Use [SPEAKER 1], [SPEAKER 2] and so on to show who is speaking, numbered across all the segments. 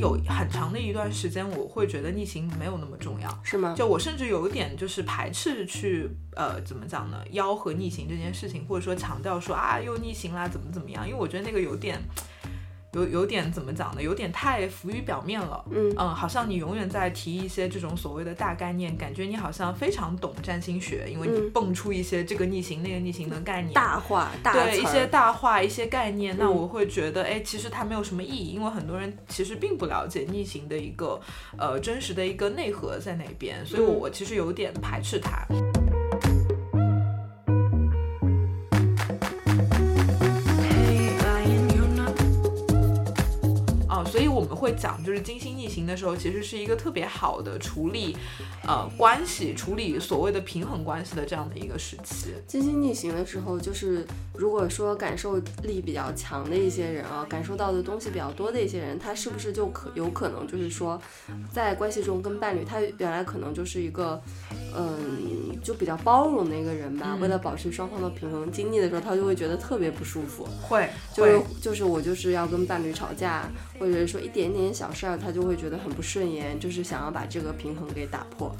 [SPEAKER 1] 有很长的一段时间，我会觉得逆行没有那么重要。
[SPEAKER 2] 是吗？
[SPEAKER 1] 就我甚至有一点就是排斥去呃怎么讲呢，吆喝逆行这件事情，或者说强调说啊又逆行啦，怎么怎么样？因为我觉得那个有点。有有点怎么讲呢？有点太浮于表面了。
[SPEAKER 2] 嗯
[SPEAKER 1] 嗯，好像你永远在提一些这种所谓的大概念，感觉你好像非常懂占星学，因为你
[SPEAKER 2] 嗯
[SPEAKER 1] 蹦出一些这个逆行那个逆行的概念。啊
[SPEAKER 2] 大话大
[SPEAKER 1] 对一
[SPEAKER 2] 词儿
[SPEAKER 1] 些大话、一些概念，那
[SPEAKER 2] 嗯
[SPEAKER 1] 我会觉得，哎，其实它没有什么意义，因为很多人其实并不了解逆行的一个呃真实的一个内核在哪边，所以我
[SPEAKER 2] 嗯
[SPEAKER 1] 我其实有点排斥它。哦，所以我们会讲，就是金星逆行的时候，其实是一个特别好的处理，呃，关系处理所谓的平衡关系的这样的一个时期。
[SPEAKER 2] 金星逆行的时候，就是如果说感受力比较强的一些人啊，感受到的东西比较多的一些人，他是不是就可有可能就是说，在关系中跟伴侣，他原来可能就是一个，嗯，就比较包容的一个人吧。
[SPEAKER 1] 嗯
[SPEAKER 2] 为了保持双方的平衡，经历的时候他就会觉得特别不舒服，
[SPEAKER 1] 会，
[SPEAKER 2] 就是就是我就是要跟伴侣吵架，或者说一点点小事儿，他就会觉得很不顺眼，就是想要把这个平衡给打破。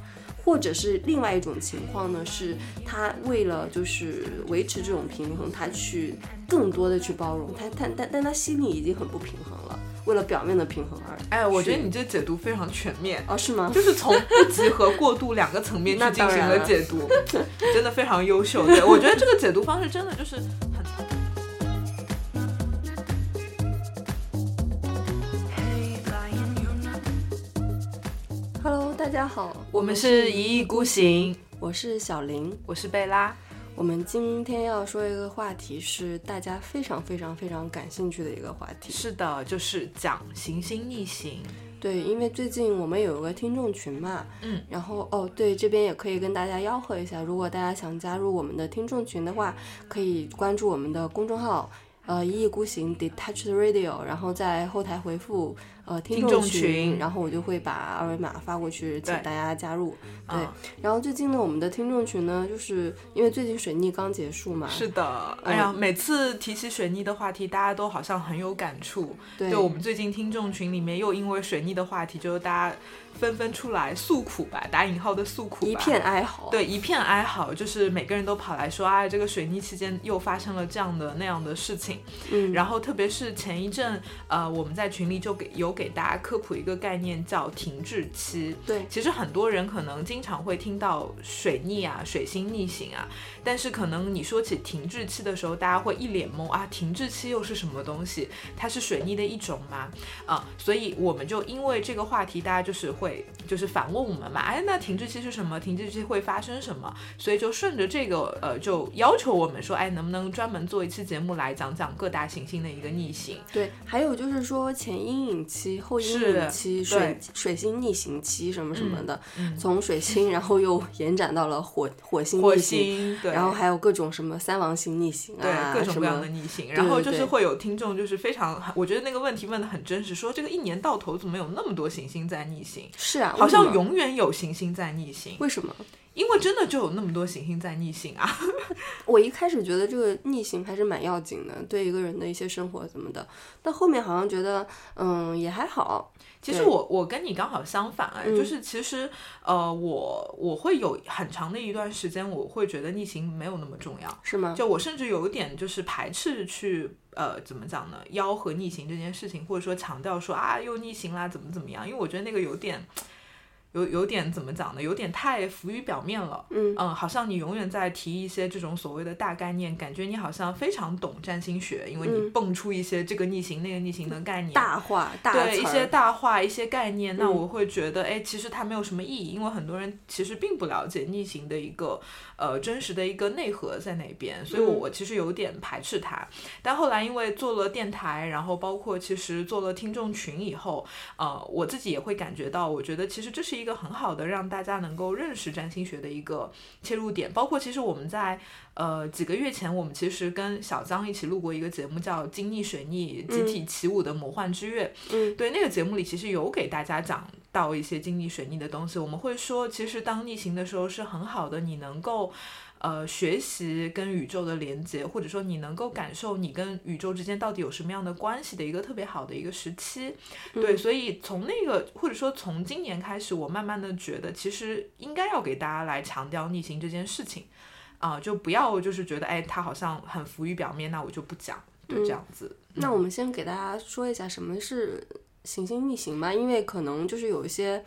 [SPEAKER 2] 或者是另外一种情况呢，是他为了就是维持这种平衡，他去更多的去包容他，但但但他心里已经很不平衡了，为了表面的平衡而
[SPEAKER 1] 哎，我觉得
[SPEAKER 2] 是
[SPEAKER 1] 你这解读非常全面。
[SPEAKER 2] 哦是吗？
[SPEAKER 1] 就是从不及和过度两个层 面去进行了解读，真的非常优秀。对我觉得这个解读方式真的就是很。
[SPEAKER 2] Hello，大家好，
[SPEAKER 1] 一意孤行，
[SPEAKER 2] 我是小林，
[SPEAKER 1] 我是贝拉。
[SPEAKER 2] 我们今天要说一个话题是大家非常非常非常感兴趣的一个话题，
[SPEAKER 1] 是的，就是讲行星逆行。
[SPEAKER 2] 对，因为最近我们有一个听众群嘛，
[SPEAKER 1] 嗯，
[SPEAKER 2] 然后哦，对，这边也可以跟大家吆喝一下，如果大家想加入我们的听众群的话，可以关注我们的公众号，呃，一意孤行 Detached Radio，然后在后台回复呃听
[SPEAKER 1] 听
[SPEAKER 2] 众
[SPEAKER 1] 众群
[SPEAKER 2] 然后我就会把二维码发过去，请
[SPEAKER 1] 对
[SPEAKER 2] 大家加入。对，
[SPEAKER 1] 嗯
[SPEAKER 2] 然后最近呢，我们的听众群呢，就是因为最近水逆刚结束嘛，
[SPEAKER 1] 是的，哎呀，每次提起水逆的话题，大家都好像很有感触。
[SPEAKER 2] 对，
[SPEAKER 1] 就我们最近听众群里面，又因为水逆的话题，就是大家纷纷出来诉苦吧，打引号的诉苦吧，
[SPEAKER 2] 一片哀嚎。
[SPEAKER 1] 对，一片哀嚎，就是每个人都跑来说，哎，这个水逆期间又发生了这样的那样的事情。
[SPEAKER 2] 嗯，
[SPEAKER 1] 然后特别是前一阵，呃，我们在群里就给有给大家科普一个概念，叫停滞期。
[SPEAKER 2] 对
[SPEAKER 1] 其实很多人可能经常会听到水逆啊、水星逆行啊，但是可能你说起停滞期的时候，大家会一脸懵啊，停滞期又是什么东西？它是水逆的一种吗？啊、所以我们就因为这个话题，大家就是会就是反问我们嘛，哎，那停滞期是什么？停滞期会发生什么？所以就顺着这个，呃，就要求我们说，哎，能不能专门做一期节目来讲讲各大行星的一个逆行？
[SPEAKER 2] 对，还有就是说前阴影期、后阴
[SPEAKER 1] 是
[SPEAKER 2] 影期、水
[SPEAKER 1] 对
[SPEAKER 2] 水星逆行期什么什么的，
[SPEAKER 1] 嗯嗯
[SPEAKER 2] 从水星然后又延展到了火火星
[SPEAKER 1] 火
[SPEAKER 2] 逆行，
[SPEAKER 1] 星，对，
[SPEAKER 2] 然后还有各种什么三王星逆行
[SPEAKER 1] 对
[SPEAKER 2] 啊，
[SPEAKER 1] 各种
[SPEAKER 2] 什
[SPEAKER 1] 各样的
[SPEAKER 2] 么。
[SPEAKER 1] 逆行，
[SPEAKER 2] 对
[SPEAKER 1] 然后
[SPEAKER 2] 对
[SPEAKER 1] 就是
[SPEAKER 2] 对
[SPEAKER 1] 会有听众就是非常，我觉得那个问题问的很真实，说这个一年到头怎么有那么多行星在逆行？
[SPEAKER 2] 是啊，
[SPEAKER 1] 好
[SPEAKER 2] 为什
[SPEAKER 1] 像
[SPEAKER 2] 么
[SPEAKER 1] 永远有行星在逆行，
[SPEAKER 2] 为什么？
[SPEAKER 1] 因为真的就有那么多行星在逆行啊！
[SPEAKER 2] 我一开始觉得这个逆行还是蛮要紧的，对一个人的一些生活什么的。但后面好像觉得，嗯，也还好。
[SPEAKER 1] 其实
[SPEAKER 2] 对
[SPEAKER 1] 我我跟你刚好相反哎，
[SPEAKER 2] 嗯
[SPEAKER 1] 就是其实呃我我会有很长的一段时间，我会觉得逆行没有那么重要，
[SPEAKER 2] 是吗？
[SPEAKER 1] 就我甚至有一点就是排斥去呃怎么讲呢，吆喝逆行这件事情，或者说强调说啊又逆行啦，怎么怎么样？因为我觉得那个有点。有有点怎么讲呢？有点太浮于表面了。
[SPEAKER 2] 嗯
[SPEAKER 1] 好像你永远在提一些这种所谓的大概念，感觉你好像非常懂占星学，因为你
[SPEAKER 2] 嗯
[SPEAKER 1] 蹦出一些这个逆行那个逆行的概念。啊
[SPEAKER 2] 大话大词
[SPEAKER 1] 对一些
[SPEAKER 2] 儿
[SPEAKER 1] 大话、一些概念，那
[SPEAKER 2] 嗯
[SPEAKER 1] 我会觉得，哎，其实它没有什么意义，因为很多人其实并不了解逆行的一个呃真实的一个内核在哪边，所以我
[SPEAKER 2] 嗯
[SPEAKER 1] 我其实有点排斥它。但后来因为做了电台，然后包括其实做了听众群以后，呃，我自己也会感觉到，我觉得其实这是一个很好的让大家能够认识占星学的一个切入点。包括其实我们在呃几个月前，我们其实跟小张一起录过一个节目，叫《金逆水逆集体起舞的魔幻之月》。
[SPEAKER 2] 嗯，
[SPEAKER 1] 对，那个节目里其实有给大家讲到一些金逆水逆的东西。我们会说，其实当逆行的时候是很好的，你能够。呃，学习跟宇宙的连接，或者说你能够感受你跟宇宙之间到底有什么样的关系的一个特别好的一个时期。对，所以从那个或者说从今年开始，我慢慢的觉得其实应该要给大家来强调逆行这件事情，啊、就不要就是觉得哎，它好像很浮于表面，那我就不讲，对，这样子。
[SPEAKER 2] 那我们先给大家说一下什么是行星逆行吧，因为可能就是有一些。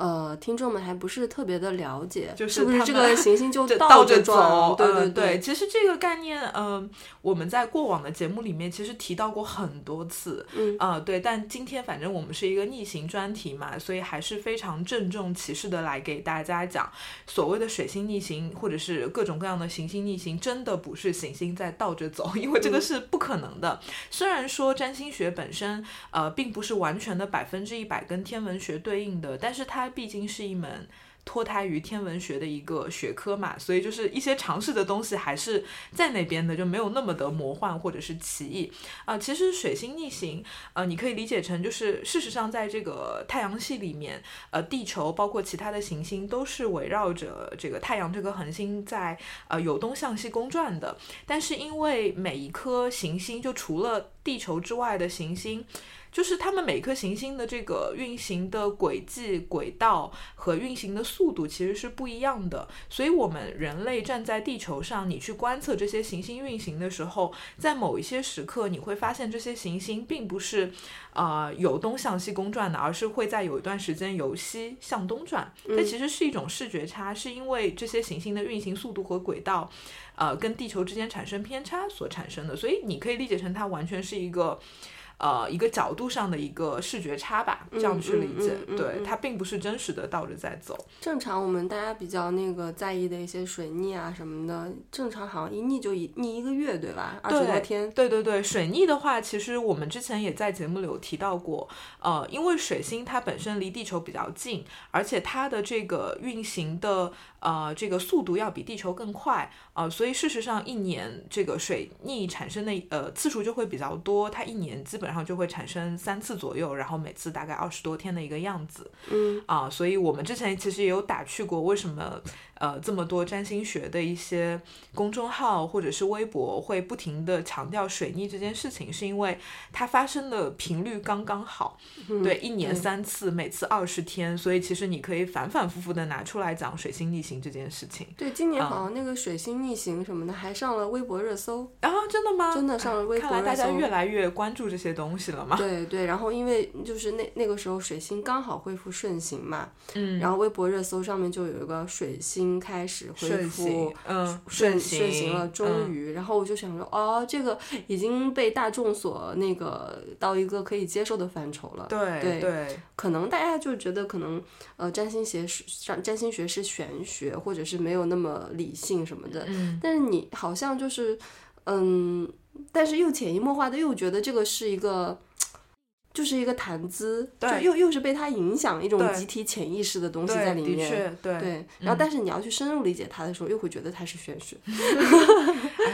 [SPEAKER 2] 呃，听众们还不是特别的了解，
[SPEAKER 1] 就是
[SPEAKER 2] 不是
[SPEAKER 1] 他
[SPEAKER 2] 这
[SPEAKER 1] 们
[SPEAKER 2] 个行星就
[SPEAKER 1] 就
[SPEAKER 2] 倒
[SPEAKER 1] 着
[SPEAKER 2] 转？啊
[SPEAKER 1] 走，
[SPEAKER 2] 对
[SPEAKER 1] 嗯
[SPEAKER 2] 对，
[SPEAKER 1] 其实这个概念，嗯、我们在过往的节目里面其实提到过很多次，
[SPEAKER 2] 嗯
[SPEAKER 1] 啊、对，但今天反正我们是一个逆行专题嘛，所以还是非常郑重其事的来给大家讲，所谓的水星逆行或者是各种各样的行星逆行，真的不是行星在倒着走，因为
[SPEAKER 2] 嗯
[SPEAKER 1] 这个是不可能的。虽然说占星学本身呃并不是完全的百分之一百跟天文学对应的，但是它毕竟是一门脱胎于天文学的一个学科嘛，所以就是一些常识的东西还是在那边的，就没有那么的魔幻或者是奇异啊、其实水星逆行，呃，你可以理解成就是事实上在这个太阳系里面，呃，地球包括其他的行星都是围绕着这个太阳这个恒星在呃由东向西公转的。但是因为每一颗行星，就除了地球之外的行星，就是它们每颗行星的这个运行的轨迹、轨道和运行的速度其实是不一样的。所以，我们人类站在地球上，你去观测这些行星运行的时候，在某一些时刻，你会发现这些行星并不是呃由东向西公转的，而是会在有一段时间由西向东转。
[SPEAKER 2] 嗯
[SPEAKER 1] 这其实是一种视觉差，是因为这些行星的运行速度和轨道，呃，跟地球之间产生偏差所产生的。所以你可以理解成它完全是一个。呃，一个角度上的一个视觉差吧，这样去理解，
[SPEAKER 2] 嗯嗯嗯
[SPEAKER 1] 对，它并不是真实的倒着在走。
[SPEAKER 2] 正常我们大家比较那个在意的一些水逆啊什么的，正常好像一逆就一逆一个月对吧？二十多天。
[SPEAKER 1] 对对对，水逆的话，其实我们之前也在节目里有提到过，呃，因为水星它本身离地球比较近，而且它的这个运行的呃这个速度要比地球更快，呃，所以事实上一年这个水逆产生的呃次数就会比较多，它一年基本上就会产生三次左右，然后每次大概二十多天的一个样子，
[SPEAKER 2] 嗯
[SPEAKER 1] 啊、所以我们之前其实也有打趣过，为什么呃这么多占星学的一些公众号或者是微博会不停的强调水逆这件事情，是因为它发生的频率刚刚好，
[SPEAKER 2] 嗯
[SPEAKER 1] 对，一年三次，每次二十天，所以其实你可以反反复复的拿出来讲水星逆行这件事情
[SPEAKER 2] 对，今
[SPEAKER 1] 啊
[SPEAKER 2] 年好像那个水星逆行什么的还上了微博热搜，
[SPEAKER 1] 啊，真的吗？
[SPEAKER 2] 真的上了微博
[SPEAKER 1] 看来大
[SPEAKER 2] 热
[SPEAKER 1] 家
[SPEAKER 2] 搜。
[SPEAKER 1] 越来越关注这些东西 了嘛。
[SPEAKER 2] 对对，然后因为就是那那个时候水星刚好恢复顺行嘛，
[SPEAKER 1] 嗯，
[SPEAKER 2] 然后微博热搜上面就有一个水星开始恢
[SPEAKER 1] 顺
[SPEAKER 2] 复
[SPEAKER 1] 行，嗯，
[SPEAKER 2] 顺
[SPEAKER 1] 行，
[SPEAKER 2] 顺行了，终
[SPEAKER 1] 嗯
[SPEAKER 2] 于，然后我就想说，哦，这个已经被大众所那个到一个可以接受的范畴了。对
[SPEAKER 1] 嗯对对，
[SPEAKER 2] 可能大家就觉得可能呃，占星学是占占星学是玄学，或者是没有那么理性什么的。
[SPEAKER 1] 嗯
[SPEAKER 2] 但是你好像就是嗯，但是又潜移默化的又觉得这个是一个。就是一个谈资，就
[SPEAKER 1] 对
[SPEAKER 2] 又又是被它影响一种
[SPEAKER 1] 对
[SPEAKER 2] 集体潜意识的东西在
[SPEAKER 1] 对，
[SPEAKER 2] 里
[SPEAKER 1] 的
[SPEAKER 2] 面。
[SPEAKER 1] 确，嗯对。
[SPEAKER 2] 对，然后但是你要去深入理解它的时候，又会觉得它是玄 学。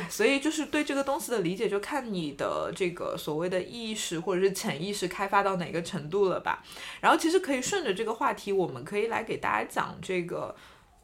[SPEAKER 1] 所以就是对这个东西的理解，就看你的这个所谓的意识或者是潜意识开发到哪个程度了吧。然后其实可以顺着这个话题，我们可以来给大家讲这个。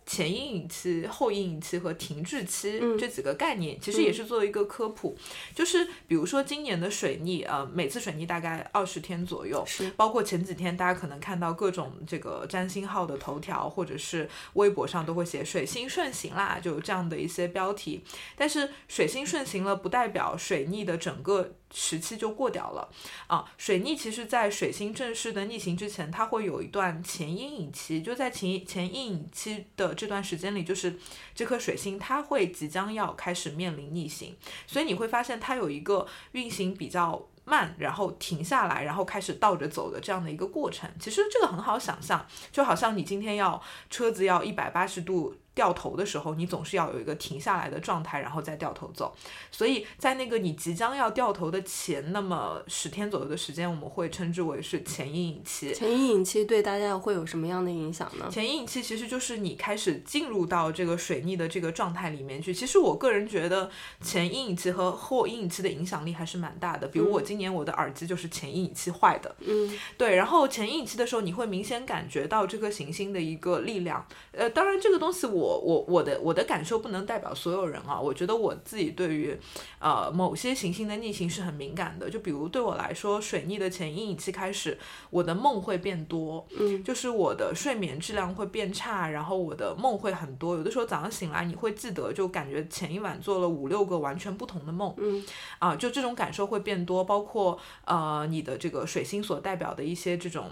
[SPEAKER 1] 前阴影期、后阴影期和停滞期、这几个概念，其实也是做一个科普。就是比如说今年的水逆，呃，每次水逆大概二十天左右，
[SPEAKER 2] 是
[SPEAKER 1] 包括前几天大家可能看到各种这个占星号的头条，或者是微博上都会写“水星顺行啦”，就有这样的一些标题。但是水星顺行了，不代表水逆的整个时期就过掉了啊。水逆其实，在水星正式的逆行之前，它会有一段前阴影期，就在前前阴影期的这段时间里，就是这颗水星它会即将要开始面临逆行，所以你会发现它有一个运行比较。慢，然后停下来，然后开始倒着走的这样的一个过程，其实这个很好想象，就好像你今天要车子要一百八十度掉头的时候，你总是要有一个停下来的状态，然后再掉头走。所以在那个你即将要掉头的前那么十天左右的时间，我们会称之为是前阴影期。
[SPEAKER 2] 前阴影期对大家会有什么样的影响呢？
[SPEAKER 1] 前阴影期其实就是你开始进入到这个水逆的这个状态里面去。其实我个人觉得前阴影期和后阴影期的影响力还是蛮大的。比如我今年我的耳机就是前阴影期坏的，
[SPEAKER 2] 嗯，
[SPEAKER 1] 对。然后前阴影期的时候，你会明显感觉到这个行星的一个力量。呃，当然这个东西我我我的我的感受不能代表所有人啊。我觉得我自己对于呃某些行星的逆行是很敏感的。就比如对我来说，水逆的前阴影期开始，我的梦会变多，
[SPEAKER 2] 嗯，
[SPEAKER 1] 就是我的睡眠质量会变差，然后我的梦会很多。有的时候早上醒来，你会记得，就感觉前一晚做了五六个完全不同的梦，
[SPEAKER 2] 嗯，
[SPEAKER 1] 啊，就这种感受会变多，包括呃你的这个水星所代表的一些这种。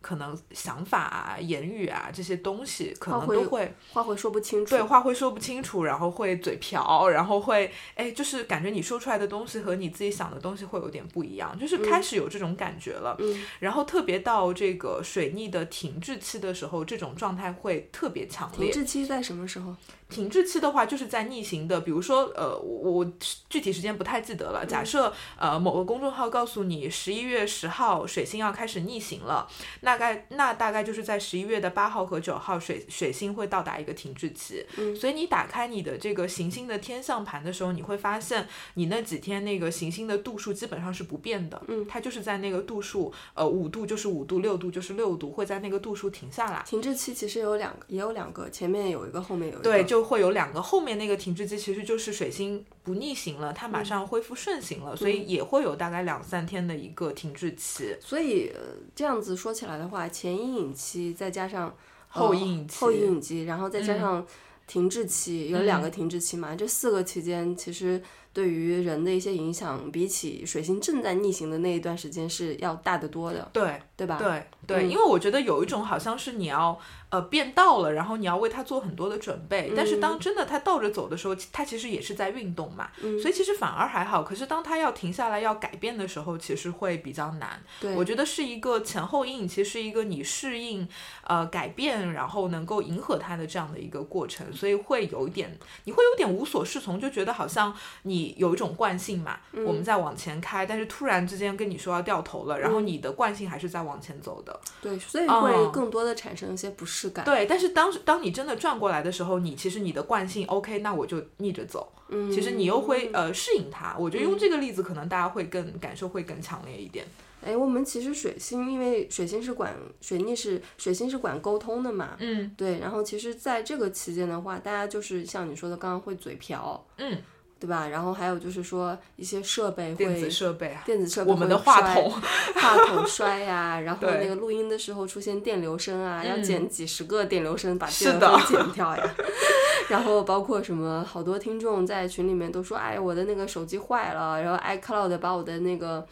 [SPEAKER 1] 可能想法啊、言语啊这些东西，可能
[SPEAKER 2] 话会
[SPEAKER 1] 都会
[SPEAKER 2] 话会说不清楚。
[SPEAKER 1] 对，话会说不清楚，然后会嘴瓢，然后会哎，就是感觉你说出来的东西和你自己想的东西会有点不一样，就是开始有这种感觉了。
[SPEAKER 2] 嗯
[SPEAKER 1] 然后特别到这个水逆的停滞期的时候，这种状态会特别强
[SPEAKER 2] 停
[SPEAKER 1] 烈。
[SPEAKER 2] 滞期在什么时候？
[SPEAKER 1] 停滞期的话，就是在逆行的，比如说，呃，我我具体时间不太记得了。
[SPEAKER 2] 嗯
[SPEAKER 1] 假设呃某个公众号告诉你十一月十号水星要开始逆行了，那概那大概就是在十一月的八号和九号水水星会到达一个停滞期。
[SPEAKER 2] 嗯
[SPEAKER 1] 所以你打开你的这个行星的天象盘的时候，你会发现你那几天那个行星的度数基本上是不变的，
[SPEAKER 2] 嗯
[SPEAKER 1] 它就是在那个度数，呃，五度就是五度，六度就是六度，会在那个度数停下来。
[SPEAKER 2] 停滞期其实有两个，也有两个，前面有一个，后面有一个。
[SPEAKER 1] 对，就会有两个。后面那个停滞期其实就是水星不逆行了，它马上恢复顺行了，所以也会有大概两三天的一个停滞期。
[SPEAKER 2] 所以、呃这样子说起来的话，前阴影期再加上、呃
[SPEAKER 1] 后阴影期嗯
[SPEAKER 2] 后阴影期，然后再加上停滞期，有两个停滞期嘛，这四个期间其实对于人的一些影响，比起水星正在逆行的那一段时间是要大得多的，
[SPEAKER 1] 对
[SPEAKER 2] 对吧？
[SPEAKER 1] 对对，因为我觉得有一种好像是你要呃变道了，然后你要为它做很多的准备，但是当真的它倒着走的时候，其它其实也是在运动嘛，所以其实反而还好。可是当它要停下来要改变的时候，其实会比较难。
[SPEAKER 2] 对
[SPEAKER 1] 我觉得是一个前后阴影，其实是一个你适应呃改变，然后能够迎合它的这样的一个过程，所以会有一点，你会有点无所适从，就觉得好像你有一种惯性嘛，
[SPEAKER 2] 嗯
[SPEAKER 1] 我们在往前开，但是突然之间跟你说要掉头了，然后
[SPEAKER 2] 嗯
[SPEAKER 1] 你的惯性还是在往前走的，
[SPEAKER 2] 对，所以
[SPEAKER 1] 哦
[SPEAKER 2] 会更多的产生一些不适感。
[SPEAKER 1] 对。但是当时当你真的转过来的时候，你其实你的惯性 OK，那我就逆着走，
[SPEAKER 2] 嗯，
[SPEAKER 1] 其实你又会呃适应它。我觉得用这个例子，可能大家会更感受会更强烈一点。
[SPEAKER 2] 哎，我们其实水星，因为水星是管水逆是水星是管沟通的嘛，
[SPEAKER 1] 嗯
[SPEAKER 2] 对，然后其实在这个期间的话，大家就是像你说的，刚刚会嘴瓢，
[SPEAKER 1] 嗯，
[SPEAKER 2] 对吧？然后还有就是说一些设备会
[SPEAKER 1] 电子设备啊。
[SPEAKER 2] 电子设备
[SPEAKER 1] 我们
[SPEAKER 2] 会
[SPEAKER 1] 的话
[SPEAKER 2] 摔
[SPEAKER 1] 筒
[SPEAKER 2] 话筒摔呀、然后
[SPEAKER 1] 对
[SPEAKER 2] 那个录音的时候出现电流声啊，要
[SPEAKER 1] 嗯
[SPEAKER 2] 剪几十个电流声把
[SPEAKER 1] 是
[SPEAKER 2] 电流
[SPEAKER 1] 的
[SPEAKER 2] 声剪掉呀。 然后包括什么，好多听众在群里面都说，哎，我的那个手机坏了，然后 iCloud 把我的那个。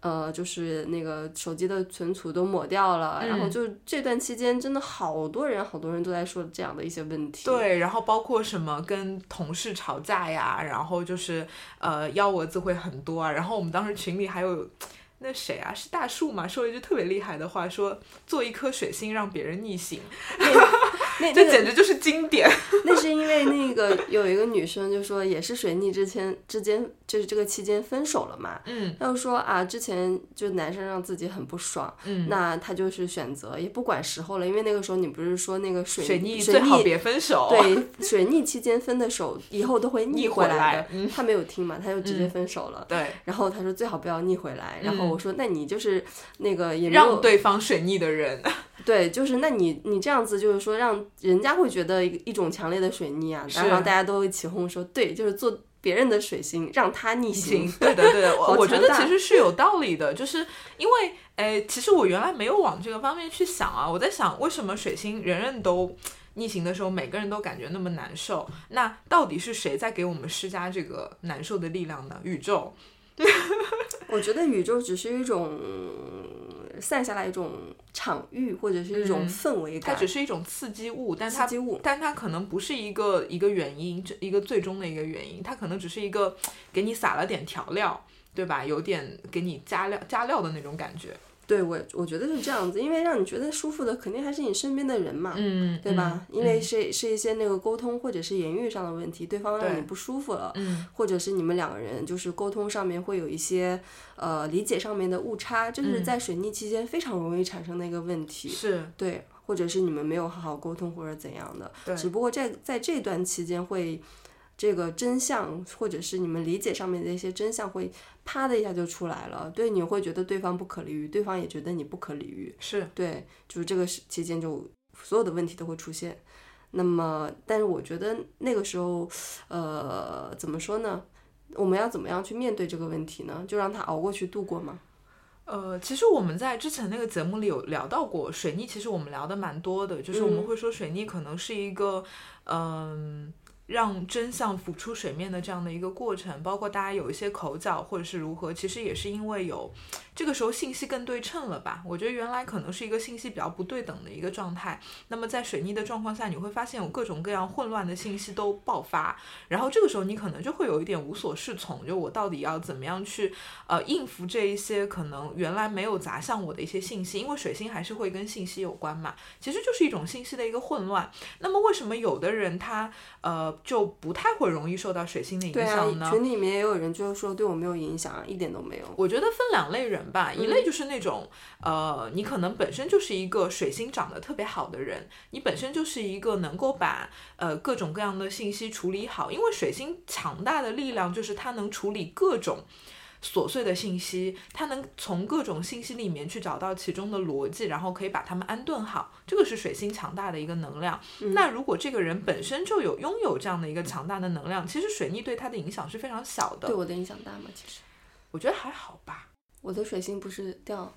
[SPEAKER 2] 呃，就是那个手机的存储都抹掉了，然后
[SPEAKER 1] 嗯
[SPEAKER 2] 就这段期间，真的好多人，好多人都在说这样的一些问题。，
[SPEAKER 1] 对，然后包括什么跟同事吵架呀，然后就是呃幺蛾子会很多啊。然后我们当时群里还有那谁啊，是大树嘛，说了一句特别厉害的话，说做一颗水星让别人逆行，
[SPEAKER 2] 那那
[SPEAKER 1] 这
[SPEAKER 2] 个
[SPEAKER 1] 简直就是经典。
[SPEAKER 2] 那是因为那个有一个女生就说，也是水逆之前之间，就是这个期间分手了嘛。
[SPEAKER 1] 嗯
[SPEAKER 2] 她就说啊，之前就男生让自己很不爽，
[SPEAKER 1] 嗯，
[SPEAKER 2] 那她就是选择也不管时候了，因为那个时候你不是说那个水
[SPEAKER 1] 水
[SPEAKER 2] 逆
[SPEAKER 1] 逆
[SPEAKER 2] 水
[SPEAKER 1] 最好
[SPEAKER 2] 逆
[SPEAKER 1] 别分手。
[SPEAKER 2] 对水逆期间分的手，以后都会逆
[SPEAKER 1] 逆
[SPEAKER 2] 回
[SPEAKER 1] 回
[SPEAKER 2] 来
[SPEAKER 1] 来嗯
[SPEAKER 2] 的。她没有听嘛，她就直接分手了。
[SPEAKER 1] 对
[SPEAKER 2] 然后她说最好不要逆回来。然后
[SPEAKER 1] 嗯
[SPEAKER 2] 我说那你就是那个也没有
[SPEAKER 1] 让对方水逆的人，
[SPEAKER 2] 对，就是那你你这样子，就是说让人家会觉得一一种强烈的水逆啊，
[SPEAKER 1] 是
[SPEAKER 2] 然后大家都会起哄说，对，就是做别人的水星，让他逆行。
[SPEAKER 1] 行，对的，对的，
[SPEAKER 2] 好
[SPEAKER 1] 我我觉
[SPEAKER 2] 强
[SPEAKER 1] 得
[SPEAKER 2] 大
[SPEAKER 1] 其实是有道理的，就是因为，诶，其实我原来没有往这个方面去想啊，我在想为什么水星人人都逆行的时候，每个人都感觉那么难受，那到底是谁在给我们施加这个难受的力量呢？宇宙，
[SPEAKER 2] 我觉得宇宙只是一种嗯散下来一种场域或者是一种
[SPEAKER 1] 嗯
[SPEAKER 2] 氛围
[SPEAKER 1] 它
[SPEAKER 2] 感，
[SPEAKER 1] 只是一种刺激物，但它
[SPEAKER 2] 刺激物。
[SPEAKER 1] 但它可能不是一个一个原因，这一个最终的一个原因，它可能只是一个给你撒了点调料，对吧？有点给你加料加料的那种感觉。
[SPEAKER 2] 对我我觉得是这样子，因为让你觉得舒服的肯定还是你身边的人嘛，
[SPEAKER 1] 嗯，
[SPEAKER 2] 对吧？
[SPEAKER 1] 嗯
[SPEAKER 2] 因为
[SPEAKER 1] 嗯
[SPEAKER 2] 是是一些那个沟通或者是言语上的问题，对方让
[SPEAKER 1] 对
[SPEAKER 2] 你不舒服了，
[SPEAKER 1] 嗯
[SPEAKER 2] 或者是你们两个人就是沟通上面会有一些呃理解上面的误差，这是
[SPEAKER 1] 嗯
[SPEAKER 2] 在水逆期间非常容易产生的一个问题。
[SPEAKER 1] 是
[SPEAKER 2] 对，或者是你们没有好好沟通或者怎样的。
[SPEAKER 1] 对
[SPEAKER 2] 只不过在在这段期间会，这个真相或者是你们理解上面的一些真相会啪的一下就出来了，对，你会觉得对方不可理喻，对方也觉得你不可理喻，
[SPEAKER 1] 是，
[SPEAKER 2] 对，就是这个时期间就所有的问题都会出现。那么，但是我觉得那个时候，呃，怎么说呢？我们要怎么样去面对这个问题呢？就让他熬过去，度过嘛。
[SPEAKER 1] 呃，其实我们在之前那个节目里有聊到过水逆，其实我们聊的蛮多的，就是我们
[SPEAKER 2] 嗯
[SPEAKER 1] 会说水逆可能是一个，嗯、让真相浮出水面的这样的一个过程，包括大家有一些口角或者是如何，其实也是因为有这个时候信息更对称了吧？我觉得原来可能是一个信息比较不对等的一个状态，那么在水逆的状况下，你会发现有各种各样混乱的信息都爆发，然后这个时候你可能就会有一点无所适从，就我到底要怎么样去呃应付这一些可能原来没有砸向我的一些信息，因为水星还是会跟信息有关嘛，其实就是一种信息的一个混乱。那么为什么有的人他呃就不太会容易受到水星的影
[SPEAKER 2] 对啊
[SPEAKER 1] 响呢？，
[SPEAKER 2] 群里面也有人就是说对我没有影响，一点都没有。
[SPEAKER 1] 我觉得分两类人吧，一类就是那种，呃，你可能本身就是一个水星长得特别好的人，你本身就是一个能够把呃各种各样的信息处理好，因为水星强大的力量就是它能处理各种。琐碎的信息，它能从各种信息里面去找到其中的逻辑，然后可以把它们安顿好，这个是水星强大的一个能量。那如果这个人本身就有拥有这样的一个强大的能量，其实水逆对他的影响是非常小
[SPEAKER 2] 对
[SPEAKER 1] 的。
[SPEAKER 2] 我的影响大吗？其实
[SPEAKER 1] 我觉得还好吧。
[SPEAKER 2] 我的水星不是掉，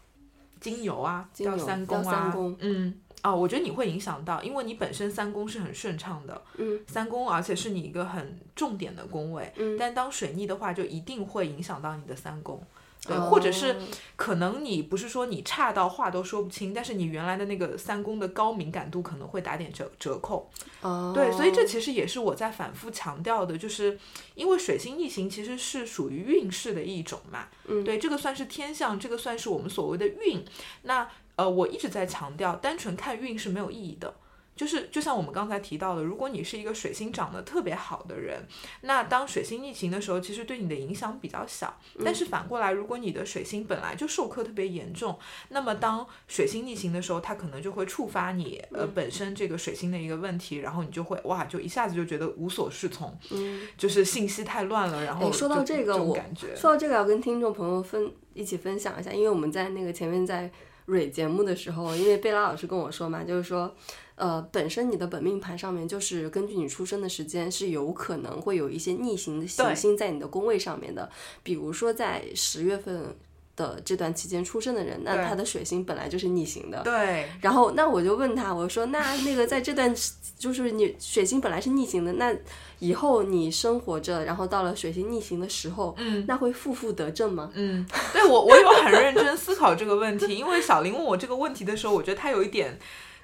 [SPEAKER 1] 金牛啊，
[SPEAKER 2] 金牛
[SPEAKER 1] 掉三宫
[SPEAKER 2] 掉
[SPEAKER 1] 啊，
[SPEAKER 2] 三宫
[SPEAKER 1] 嗯，哦，我觉得你会影响到，因为你本身三宫是很顺畅的，
[SPEAKER 2] 嗯，
[SPEAKER 1] 三宫而且是你一个很重点的宫位，
[SPEAKER 2] 嗯
[SPEAKER 1] 但当水逆的话，就一定会影响到你的三宫。对，
[SPEAKER 2] 哦
[SPEAKER 1] 或者是可能你不是说你差到话都说不清，但是你原来的那个三宫的高敏感度可能会打点折折扣。
[SPEAKER 2] 哦，
[SPEAKER 1] 对，所以这其实也是我在反复强调的，就是因为水星逆行其实是属于运势的一种嘛，
[SPEAKER 2] 嗯
[SPEAKER 1] 对，这个算是天象，这个算是我们所谓的运。那呃，我一直在强调，单纯看运是没有意义的。就是就像我们刚才提到的，如果你是一个水星长得特别好的人，那当水星逆行的时候，其实对你的影响比较小。
[SPEAKER 2] 嗯
[SPEAKER 1] 但是反过来，如果你的水星本来就授课特别严重，那么当水星逆行的时候，它可能就会触发你呃
[SPEAKER 2] 嗯
[SPEAKER 1] 本身这个水星的一个问题，然后你就会哇，就一下子就觉得无所适从，
[SPEAKER 2] 嗯，
[SPEAKER 1] 就是信息太乱了。然后
[SPEAKER 2] 哎说到
[SPEAKER 1] 就
[SPEAKER 2] 这个
[SPEAKER 1] 种
[SPEAKER 2] 我
[SPEAKER 1] 感觉
[SPEAKER 2] 说到这个要跟听众朋友分一起分享一下，因为我们在那个前面在蕊节目的时候，因为贝拉老师跟我说嘛，就是说。呃，本身你的本命盘上面就是根据你出生的时间是有可能会有一些逆行的行
[SPEAKER 1] 对
[SPEAKER 2] 星在你的宫位上面的，比如说在十月份的这段期间出生的人，那
[SPEAKER 1] 对
[SPEAKER 2] 他的水星本来就是逆行的，
[SPEAKER 1] 对，
[SPEAKER 2] 然后那我就问他，我说那那个在这段时就是你水星本来是逆行的，那以后你生活着，然后到了水星逆行的时候，
[SPEAKER 1] 嗯
[SPEAKER 2] 那会负负得正吗？
[SPEAKER 1] 嗯，对我我有很认真思考这个问题，因为小林问我这个问题的时候，我觉得他有一点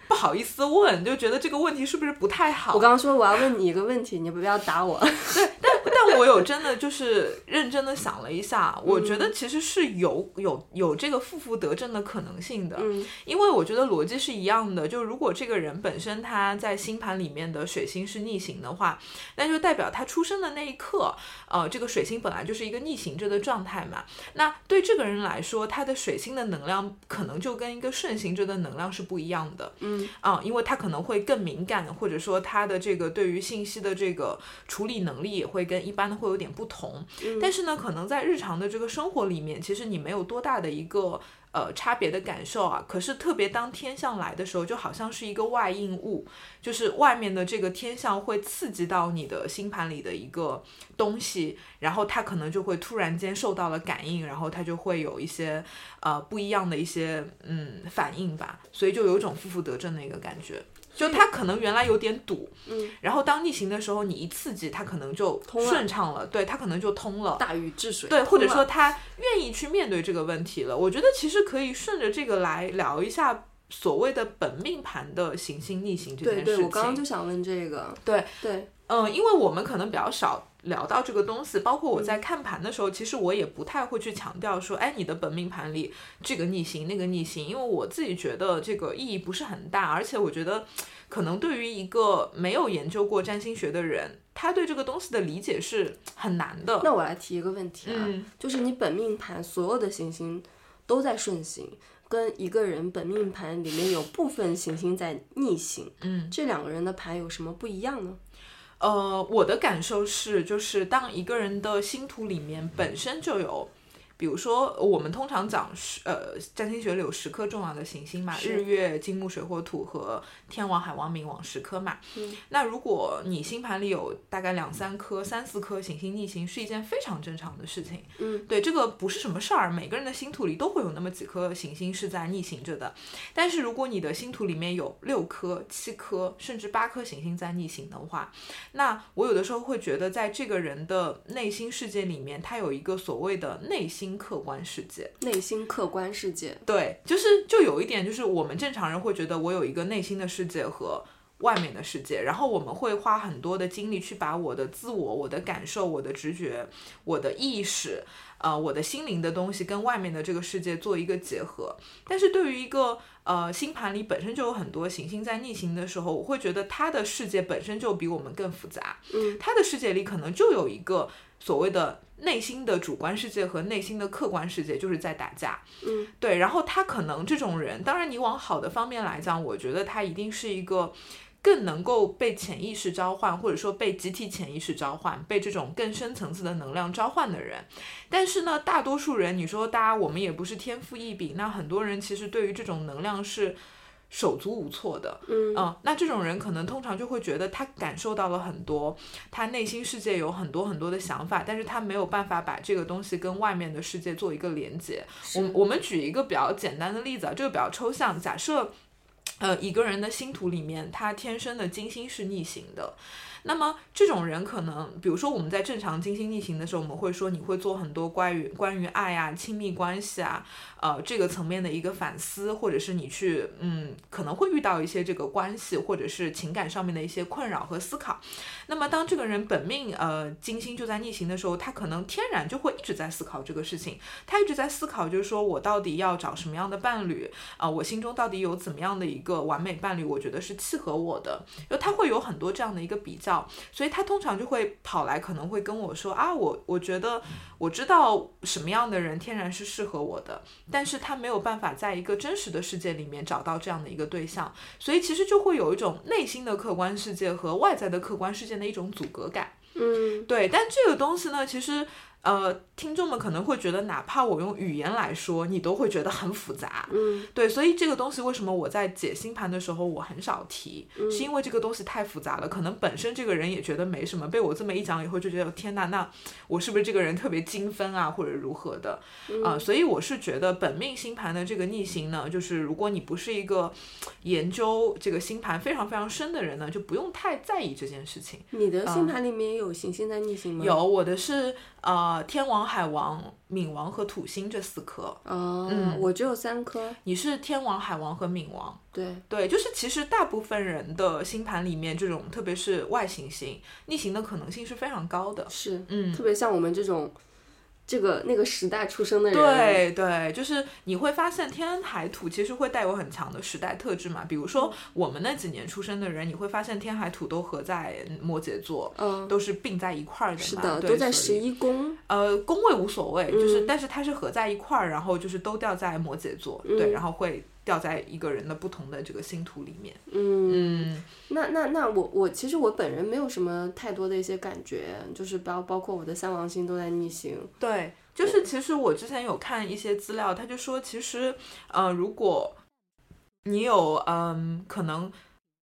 [SPEAKER 1] 不好意思问，就觉得这个问题是不是不太好
[SPEAKER 2] 我。刚刚说我要问你一个问题，你不要打我。
[SPEAKER 1] 但但我有真的就是认真的想了一下，我觉
[SPEAKER 2] 嗯
[SPEAKER 1] 得其实是有有有这个负负得正的可能性的，
[SPEAKER 2] 嗯
[SPEAKER 1] 因为我觉得逻辑是一样的。就如果这个人本身他在星盘里面的水星是逆行的话，那就代表他出生的那一刻，呃，这个水星本来就是一个逆行着的状态嘛。那对这个人来说，他的水星的能量可能就跟一个顺行着的能量是不一样的。
[SPEAKER 2] 嗯
[SPEAKER 1] 啊、因为他可能会更敏感，或者说他的这个对于信息的这个处理能力也会跟一般的会有点不同。
[SPEAKER 2] 嗯
[SPEAKER 1] 但是呢，可能在日常的这个生活里面，其实你没有多大的一个呃差别的感受啊。可是特别当天象来的时候，就好像是一个外应物，就是外面的这个天象会刺激到你的星盘里的一个东西，然后它可能就会突然间受到了感应，然后它就会有一些呃不一样的一些嗯反应吧，所以就有一种负负得正的一个感觉。就它可能原来有点堵，
[SPEAKER 2] 嗯，
[SPEAKER 1] 然后当逆行的时候，你一刺激，它可能就
[SPEAKER 2] 通了
[SPEAKER 1] 顺畅了，对，它可能就通了，
[SPEAKER 2] 大禹治水。
[SPEAKER 1] 对，或者
[SPEAKER 2] 通
[SPEAKER 1] 说
[SPEAKER 2] 了
[SPEAKER 1] 他愿意去面对这个问题了。我觉得其实可以顺着这个来聊一下所谓的本命盘的行星逆行这件
[SPEAKER 2] 对
[SPEAKER 1] 事情。
[SPEAKER 2] 对，我刚刚就想问这个。
[SPEAKER 1] 对
[SPEAKER 2] 对，
[SPEAKER 1] 嗯，因为我们可能比较少聊到这个东西，包括我
[SPEAKER 2] 嗯
[SPEAKER 1] 在看盘的时候，其实我也不太会去强调说，哎，你的本命盘里这个逆行那个逆行，因为我自己觉得这个意义不是很大，而且我觉得可能对于一个没有研究过占星学的人，他对这个东西的理解是很难的。
[SPEAKER 2] 那我来提一个问题啊，
[SPEAKER 1] 嗯
[SPEAKER 2] 就是你本命盘所有的行星都在顺行，跟一个人本命盘里面有部分行星在逆行，
[SPEAKER 1] 嗯，
[SPEAKER 2] 这两个人的盘有什么不一样呢？
[SPEAKER 1] 呃，我的感受是，就是当一个人的星图里面本身就有，比如说我们通常讲十，呃，占星学里有十颗重要的行星嘛，
[SPEAKER 2] 是
[SPEAKER 1] 日月、金木水火土和天王、海王、冥王十颗嘛。
[SPEAKER 2] 嗯
[SPEAKER 1] 那如果你星盘里有大概两三颗、三四颗行星逆行，是一件非常正常的事情。
[SPEAKER 2] 嗯，
[SPEAKER 1] 对，这个不是什么事儿，每个人的星图里都会有那么几颗行星是在逆行着的。但是如果你的星图里面有六颗、七颗甚至八颗行星在逆行的话，那我有的时候会觉得，在这个人的内心世界里面，他有一个所谓的内心客观世界。
[SPEAKER 2] 内心客观世界，
[SPEAKER 1] 对，就是就有一点，就是我们正常人会觉得我有一个内心的世界和。外面的世界，然后我们会花很多的精力去把我的自我、我的感受、我的直觉、我的意识，呃，我的心灵的东西跟外面的这个世界做一个结合。但是对于一个呃星盘里本身就有很多行星在逆行的时候，我会觉得它的世界本身就比我们更复杂。
[SPEAKER 2] 嗯，
[SPEAKER 1] 它的世界里可能就有一个所谓的内心的主观世界和内心的客观世界，就是在打架。
[SPEAKER 2] 嗯，
[SPEAKER 1] 对。然后他可能这种人，当然你往好的方面来讲，我觉得他一定是一个。更能够被潜意识召唤，或者说被集体潜意识召唤，被这种更深层次的能量召唤的人，但是呢，大多数人，你说大家我们也不是天赋异禀，那很多人其实对于这种能量是手足无措的。
[SPEAKER 2] 嗯
[SPEAKER 1] 那这种人可能通常就会觉得他感受到了很多，他内心世界有很多很多的想法，但是他没有办法把这个东西跟外面的世界做一个连接。我我们举一个比较简单的例子啊，这个比较抽象。假设，呃，一个人的星图里面，他天生的金星是逆行的，那么这种人可能，比如说我们在正常金星逆行的时候，我们会说你会做很多关于关于爱啊、亲密关系啊，呃，这个层面的一个反思，或者是你去嗯，可能会遇到一些这个关系或者是情感上面的一些困扰和思考。那么当这个人本命呃金星就在逆行的时候，他可能天然就会一直在思考这个事情，他一直在思考，就是说我到底要找什么样的伴侣啊、我心中到底有怎么样的一个完美伴侣，我觉得是契合我的，就他会有很多这样的一个比较，所以他通常就会跑来，可能会跟我说啊，我我觉得我知道什么样的人天然是适合我的，但是他没有办法在一个真实的世界里面找到这样的一个对象，所以其实就会有一种内心的客观世界和外在的客观世界的一种阻隔感。
[SPEAKER 2] 嗯，
[SPEAKER 1] 对，但这个东西呢，其实呃，听众们可能会觉得，哪怕我用语言来说，你都会觉得很复杂。
[SPEAKER 2] 嗯，
[SPEAKER 1] 对，所以这个东西为什么我在解星盘的时候我很少提，
[SPEAKER 2] 嗯
[SPEAKER 1] 是因为这个东西太复杂了。可能本身这个人也觉得没什么，被我这么一讲以后，就觉得天呐，那我是不是这个人特别精分啊，或者如何的
[SPEAKER 2] 嗯
[SPEAKER 1] 啊、所以我是觉得本命星盘的这个逆行呢，就是如果你不是一个研究这个星盘非常非常深的人呢，就不用太在意这件事情。
[SPEAKER 2] 你的星盘里面有行星在逆行吗？，
[SPEAKER 1] 啊有，我的是呃天王、海王、冥王和土星这四颗。
[SPEAKER 2] 哦，
[SPEAKER 1] 嗯
[SPEAKER 2] 我只有三颗，
[SPEAKER 1] 你是天王、海王和冥王，
[SPEAKER 2] 对，
[SPEAKER 1] 对，就是其实大部分人的星盘里面，这种特别是外行星逆行的可能性是非常高的。
[SPEAKER 2] 是，
[SPEAKER 1] 嗯，
[SPEAKER 2] 特别像我们这种这个那个时代出生的人，，
[SPEAKER 1] 对对，就是你会发现天安海土其实会带有很强的时代特质嘛。比如说我们那几年出生的人，你会发现天海土都合在摩羯座，
[SPEAKER 2] 嗯，
[SPEAKER 1] 都是并在一块儿的嘛。
[SPEAKER 2] 是的，
[SPEAKER 1] 对
[SPEAKER 2] 都在
[SPEAKER 1] 所以
[SPEAKER 2] 十一宫，
[SPEAKER 1] 呃，宫位无所谓，就是、
[SPEAKER 2] 嗯
[SPEAKER 1] 但是它是合在一块儿，然后就是都掉在摩羯座，对，然后会掉在一个人的不同的这个星图里面。嗯
[SPEAKER 2] 那那那我我其实我本人没有什么太多的一些感觉，就是包包括我的三王星都在逆行，
[SPEAKER 1] 对，就是其实我之前有看一些资料，他就说其实呃，如果你有嗯、可能。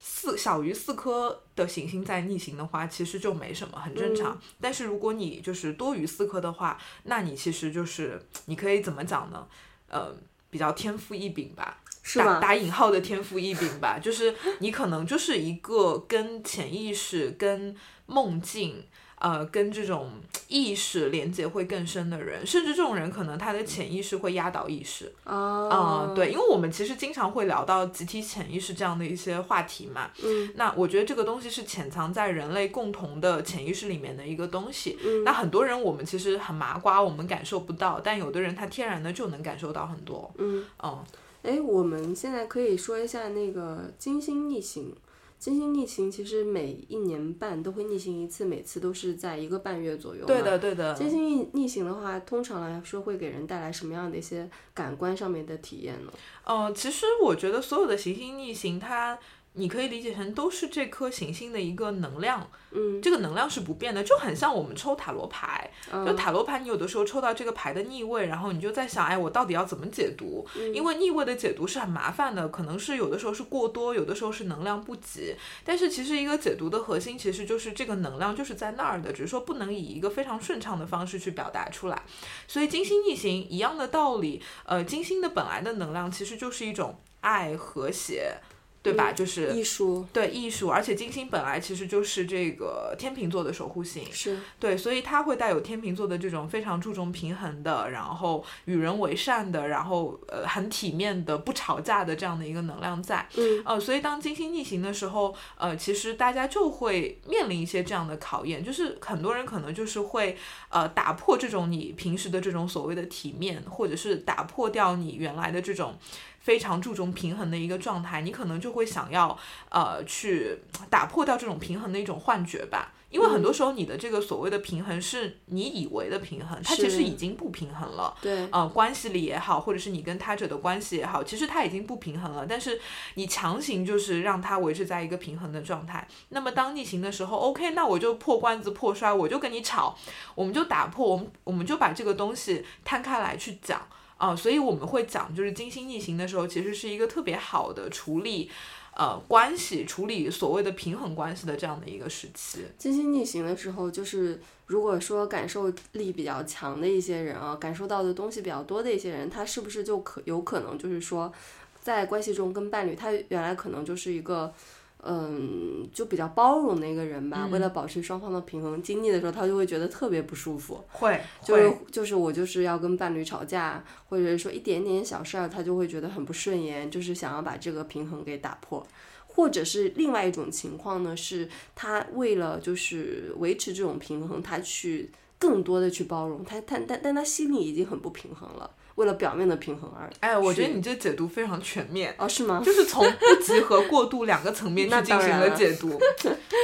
[SPEAKER 1] 四小于四颗的行星在逆行的话，其实就没什么，很正常。但是如果你就是多于四颗的话，那你其实就是你可以怎么讲呢？呃，比较天赋异禀吧，
[SPEAKER 2] 是
[SPEAKER 1] 打
[SPEAKER 2] 吗？
[SPEAKER 1] 打引号的天赋异禀吧，就是你可能就是一个跟潜意识、跟梦境。呃跟这种意识连接会更深的人，甚至这种人可能他的潜意识会压倒意识。
[SPEAKER 2] 啊，
[SPEAKER 1] 嗯，对，因为我们其实经常会聊到集体潜意识这样的一些话题嘛。
[SPEAKER 2] 嗯，
[SPEAKER 1] 那我觉得这个东西是潜藏在人类共同的潜意识里面的一个东西。嗯，那很多人我们其实很麻瓜，我们感受不到，但有的人他天然的就能感受到很多。
[SPEAKER 2] 嗯
[SPEAKER 1] 嗯，
[SPEAKER 2] 哎，我们现在可以说一下那个金星逆行。金星逆行其实每一年半都会逆行一次，每次都是在一个半月左右。
[SPEAKER 1] 对。的，对的。
[SPEAKER 2] 金星逆逆行的话，通常来说会给人带来什么样的一些感官上面的体验呢？
[SPEAKER 1] 呃，其实我觉得所有的行星逆行，它你可以理解成都是这颗行星的一个能量，
[SPEAKER 2] 嗯，
[SPEAKER 1] 这个能量是不变的，就很像我们抽塔罗牌。就
[SPEAKER 2] 嗯
[SPEAKER 1] 塔罗牌，你有的时候抽到这个牌的逆位，然后你就在想，哎，我到底要怎么解读？
[SPEAKER 2] 嗯
[SPEAKER 1] 因为逆位的解读是很麻烦的，可能是有的时候是过多，有的时候是能量不及。但是其实一个解读的核心其实就是这个能量就是在那儿的，只是说不能以一个非常顺畅的方式去表达出来。所以金星逆行一样的道理，呃，金星的本来的能量其实就是一种爱和谐，对
[SPEAKER 2] 嗯
[SPEAKER 1] 吧？就是
[SPEAKER 2] 艺术
[SPEAKER 1] 对艺术，而且金星本来其实就是这个天秤座的守护星，
[SPEAKER 2] 是
[SPEAKER 1] 对，所以它会带有天秤座的这种非常注重平衡的，然后与人为善的，然后呃很体面的、不吵架的这样的一个能量在。
[SPEAKER 2] 嗯，
[SPEAKER 1] 呃，所以当金星逆行的时候，呃，其实大家就会面临一些这样的考验，就是很多人可能就是会呃打破这种你平时的这种所谓的体面，或者是打破掉你原来的这种。非常注重平衡的一个状态，你可能就会想要呃去打破掉这种平衡的一种幻觉吧，因为很多时候你的这个所谓的平衡是你以为的平衡，它其
[SPEAKER 2] 是
[SPEAKER 1] 实已经不平衡了。
[SPEAKER 2] 对，
[SPEAKER 1] 呃，关系里也好，或者是你跟他者的关系也好，其实它已经不平衡了，但是你强行就是让它维持在一个平衡的状态。那么当逆行的时候，OK，那我就破罐子破摔，我就跟你吵，我们就打破，我们我们就把这个东西摊开来去讲啊、所以我们会讲，就是金星逆行的时候，其实是一个特别好的处理。呃，关系处理所谓的平衡关系的这样的一个时期，
[SPEAKER 2] 金星逆行的时候，就是如果说感受力比较强的一些人啊，感受到的东西比较多的一些人，他是不是就可有可能就是说，在关系中跟伴侣，他原来可能就是一个。嗯，就比较包容的一个人吧。为了保持双方的平衡，经历的时候他就会觉得特别不舒服，
[SPEAKER 1] 会
[SPEAKER 2] 就是就是我就是要跟伴侣吵架，或者是说一点点小事儿，他就会觉得很不顺眼，就是想要把这个平衡给打破。或者是另外一种情况呢，是他为了就是维持这种平衡，他去更多的去包容他，他但但他心里已经很不平衡了，为了表面的平衡而
[SPEAKER 1] 哎，我觉得
[SPEAKER 2] 是
[SPEAKER 1] 你这解读非常全面，
[SPEAKER 2] 哦是吗？
[SPEAKER 1] 就是从不及和过度两个层面去
[SPEAKER 2] 那
[SPEAKER 1] 进
[SPEAKER 2] 当
[SPEAKER 1] 行
[SPEAKER 2] 然
[SPEAKER 1] 了解 读，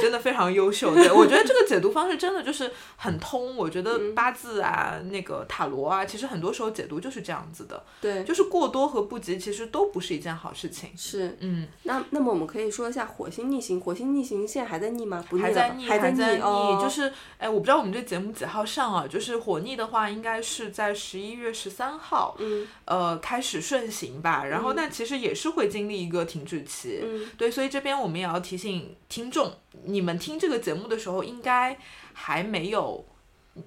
[SPEAKER 1] 真的非常优秀。对我觉得这个解读方式真的就是很通。我觉
[SPEAKER 2] 嗯
[SPEAKER 1] 得八字啊、那个塔罗啊，其实很多时候解读就是这样子的，
[SPEAKER 2] 对，
[SPEAKER 1] 就是过多和不及其实都不是一件好事情。
[SPEAKER 2] 是
[SPEAKER 1] 嗯，
[SPEAKER 2] 那那么我们可以说一下火星逆行，火星逆行现在还在逆吗？不逆
[SPEAKER 1] 还
[SPEAKER 2] 了
[SPEAKER 1] 在
[SPEAKER 2] 吧，
[SPEAKER 1] 逆，
[SPEAKER 2] 还
[SPEAKER 1] 还
[SPEAKER 2] 逆，
[SPEAKER 1] 逆，
[SPEAKER 2] 哦、
[SPEAKER 1] 就是哎，我不知道我们这节目几号上啊？就是火逆的话，应该是在十一月十三号，
[SPEAKER 2] 嗯
[SPEAKER 1] 呃，开始顺行吧。然后，但其实也是会经历一个停滞期。
[SPEAKER 2] 嗯，
[SPEAKER 1] 对，所以这边我们也要提醒听众，你们听这个节目的时候，应该还没有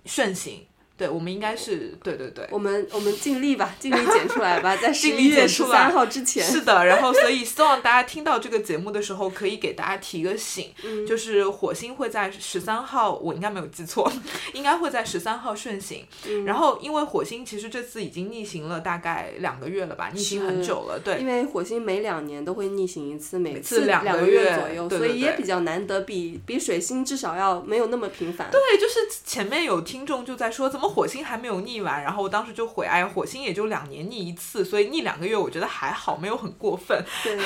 [SPEAKER 1] 顺行。对，我们应该是对对对，
[SPEAKER 2] 我们我们尽力吧，尽力剪出来吧，在十
[SPEAKER 1] 尽
[SPEAKER 2] 一
[SPEAKER 1] 力
[SPEAKER 2] 月
[SPEAKER 1] 剪
[SPEAKER 2] 十
[SPEAKER 1] 出
[SPEAKER 2] 三
[SPEAKER 1] 来
[SPEAKER 2] 号之前。
[SPEAKER 1] 是的，然后所以希望大家听到这个节目的时候，可以给大家提个醒，就是火星会在十三号，我应该没有记错，应该会在十三号顺行。然后因为火星其实这次已经逆行了大概两个月了吧，逆行很
[SPEAKER 2] 是
[SPEAKER 1] 久了，对
[SPEAKER 2] 因，为火星每两年都会逆行一次，每
[SPEAKER 1] 次
[SPEAKER 2] 两
[SPEAKER 1] 两个
[SPEAKER 2] 月
[SPEAKER 1] 月
[SPEAKER 2] 左右，
[SPEAKER 1] 对
[SPEAKER 2] 所
[SPEAKER 1] 对
[SPEAKER 2] 以也
[SPEAKER 1] 对
[SPEAKER 2] 比较难得比，比水星至少要没有那么频繁。
[SPEAKER 1] 对，就是前面有听众就在说，怎么火星还没有逆完？然后我当时就回，哎，火星也就两年逆一次，所以逆两个月，我觉得还好，没有很过分。
[SPEAKER 2] 对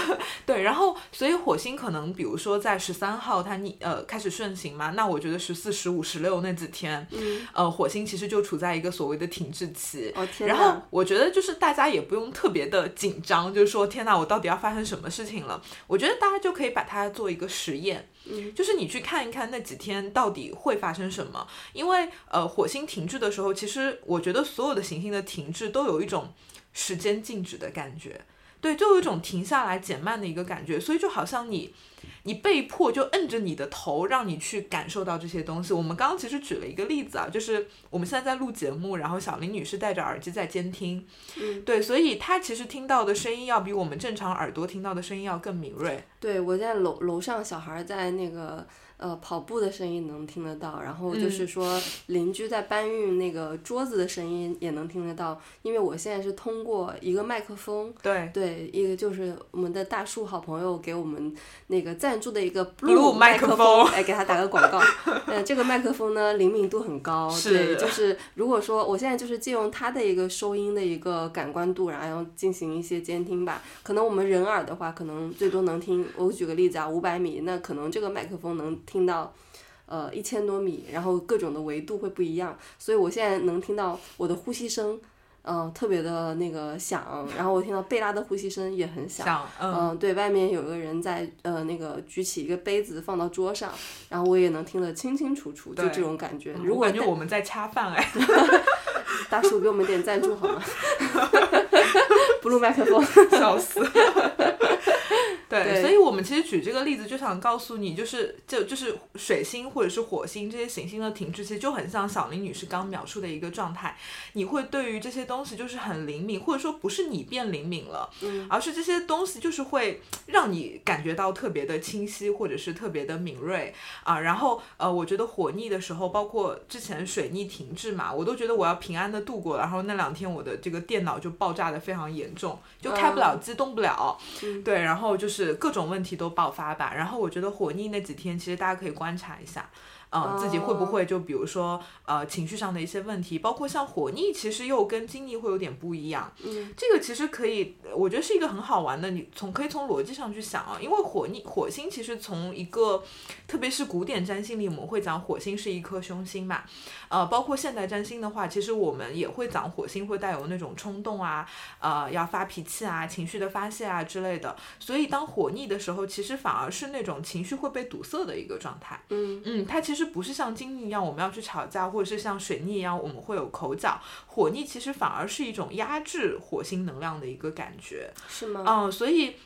[SPEAKER 1] 对， 然后所以火星可能，比如说在十三号它逆呃开始顺行嘛，那我觉得十四、十五、十六那几天，
[SPEAKER 2] 嗯
[SPEAKER 1] 呃，火星其实就处在一个所谓的停滞期。
[SPEAKER 2] 哦天
[SPEAKER 1] 然
[SPEAKER 2] 哪！
[SPEAKER 1] 后我觉得就是大家也不用特别的紧张，就是说天哪，我到底要发生什么事情了？我觉得大家就可以把它做一个实验，
[SPEAKER 2] 嗯
[SPEAKER 1] 就是你去看一看那几天到底会发生什么。因为呃，火星停滞的时候，其实我觉得所有的行星的停滞都有一种时间静止的感觉，对，就有一种停下来减慢的一个感觉，所以就好像你。你被迫就摁着你的头，让你去感受到这些东西。我们刚刚其实举了一个例子啊，就是我们现在在录节目，然后小林女士戴着耳机在监听，
[SPEAKER 2] 嗯
[SPEAKER 1] 对，所以她其实听到的声音要比我们正常耳朵听到的声音要更敏锐。
[SPEAKER 2] 对我在楼楼上，小孩在那个。呃跑步的声音能听得到，然后
[SPEAKER 1] 嗯
[SPEAKER 2] 就是说邻居在搬运那个桌子的声音也能听得到，因为我现在是通过一个麦克风，
[SPEAKER 1] 对
[SPEAKER 2] 对，一个就是我们的大树好朋友给我们那个赞助的一个
[SPEAKER 1] Blue 麦
[SPEAKER 2] 麦
[SPEAKER 1] 克
[SPEAKER 2] 克
[SPEAKER 1] 风
[SPEAKER 2] 哎，给他打个广告。呃，这个麦克风呢灵敏度很高，
[SPEAKER 1] 是
[SPEAKER 2] 对，就是如果说我现在就是借用它的一个收音的一个感官度，然后进行一些监听吧。可能我们人耳的话，可能最多能听，我举个例子啊，五百米，那可能这个麦克风能听到。呃，一千多米，然后各种的维度会不一样，所以我现在能听到我的呼吸声，嗯、特别的那个响，然后我听到贝拉的呼吸声也很响，
[SPEAKER 1] 想嗯
[SPEAKER 2] 嗯，对，外面有个人在呃那个举起一个杯子放到桌上，然后我也能听得清清楚楚，就
[SPEAKER 1] 对
[SPEAKER 2] 这种感觉。
[SPEAKER 1] 嗯
[SPEAKER 2] 如
[SPEAKER 1] 我
[SPEAKER 2] 果
[SPEAKER 1] 感觉
[SPEAKER 2] 大
[SPEAKER 1] 我们在恰饭哎，
[SPEAKER 2] 大叔给我们点赞助好吗？ 不录麦克风，
[SPEAKER 1] 笑死。对，
[SPEAKER 2] 对
[SPEAKER 1] 所以我们其实举这个例子就想告诉你，就是就就是水星或者是火星这些行星的停滞期，就很像小林女士刚描述的一个状态。你会对于这些东西就是很灵敏，或者说不是你变灵敏了，而是这些东西就是会让你感觉到特别的清晰，或者是特别的敏锐啊。然后呃，我觉得火逆的时候，包括之前水逆停滞嘛，我都觉得我要平安的度过了。然后那两天我的这个电脑就爆炸的非常严重，就开不了机，动不了。对，然后就是各种问题都爆发吧。然后我觉得火逆那几天，其实大家可以观察一下。嗯，自己会不会就比如说呃情绪上的一些问题，包括像火逆，其实又跟金逆会有点不一样。
[SPEAKER 2] 嗯，
[SPEAKER 1] 这个其实可以，我觉得是一个很好玩的，你从可以从逻辑上去想啊，因为火逆火星其实从一个，特别是古典占星里，我们会讲火星是一颗凶星嘛，呃，包括现代占星的话，其实我们也会讲火星会带有那种冲动啊，呃，要发脾气啊，情绪的发泄啊之类的，所以当火逆的时候，其实反而是那种情绪会被堵塞的一个状态。
[SPEAKER 2] 嗯
[SPEAKER 1] 它其实不是像金逆一样我们要去吵架，或者是像水逆一样我们会有口角，火逆其实反而是一种压制火星能量的一个感觉。
[SPEAKER 2] 是吗？
[SPEAKER 1] 嗯，所以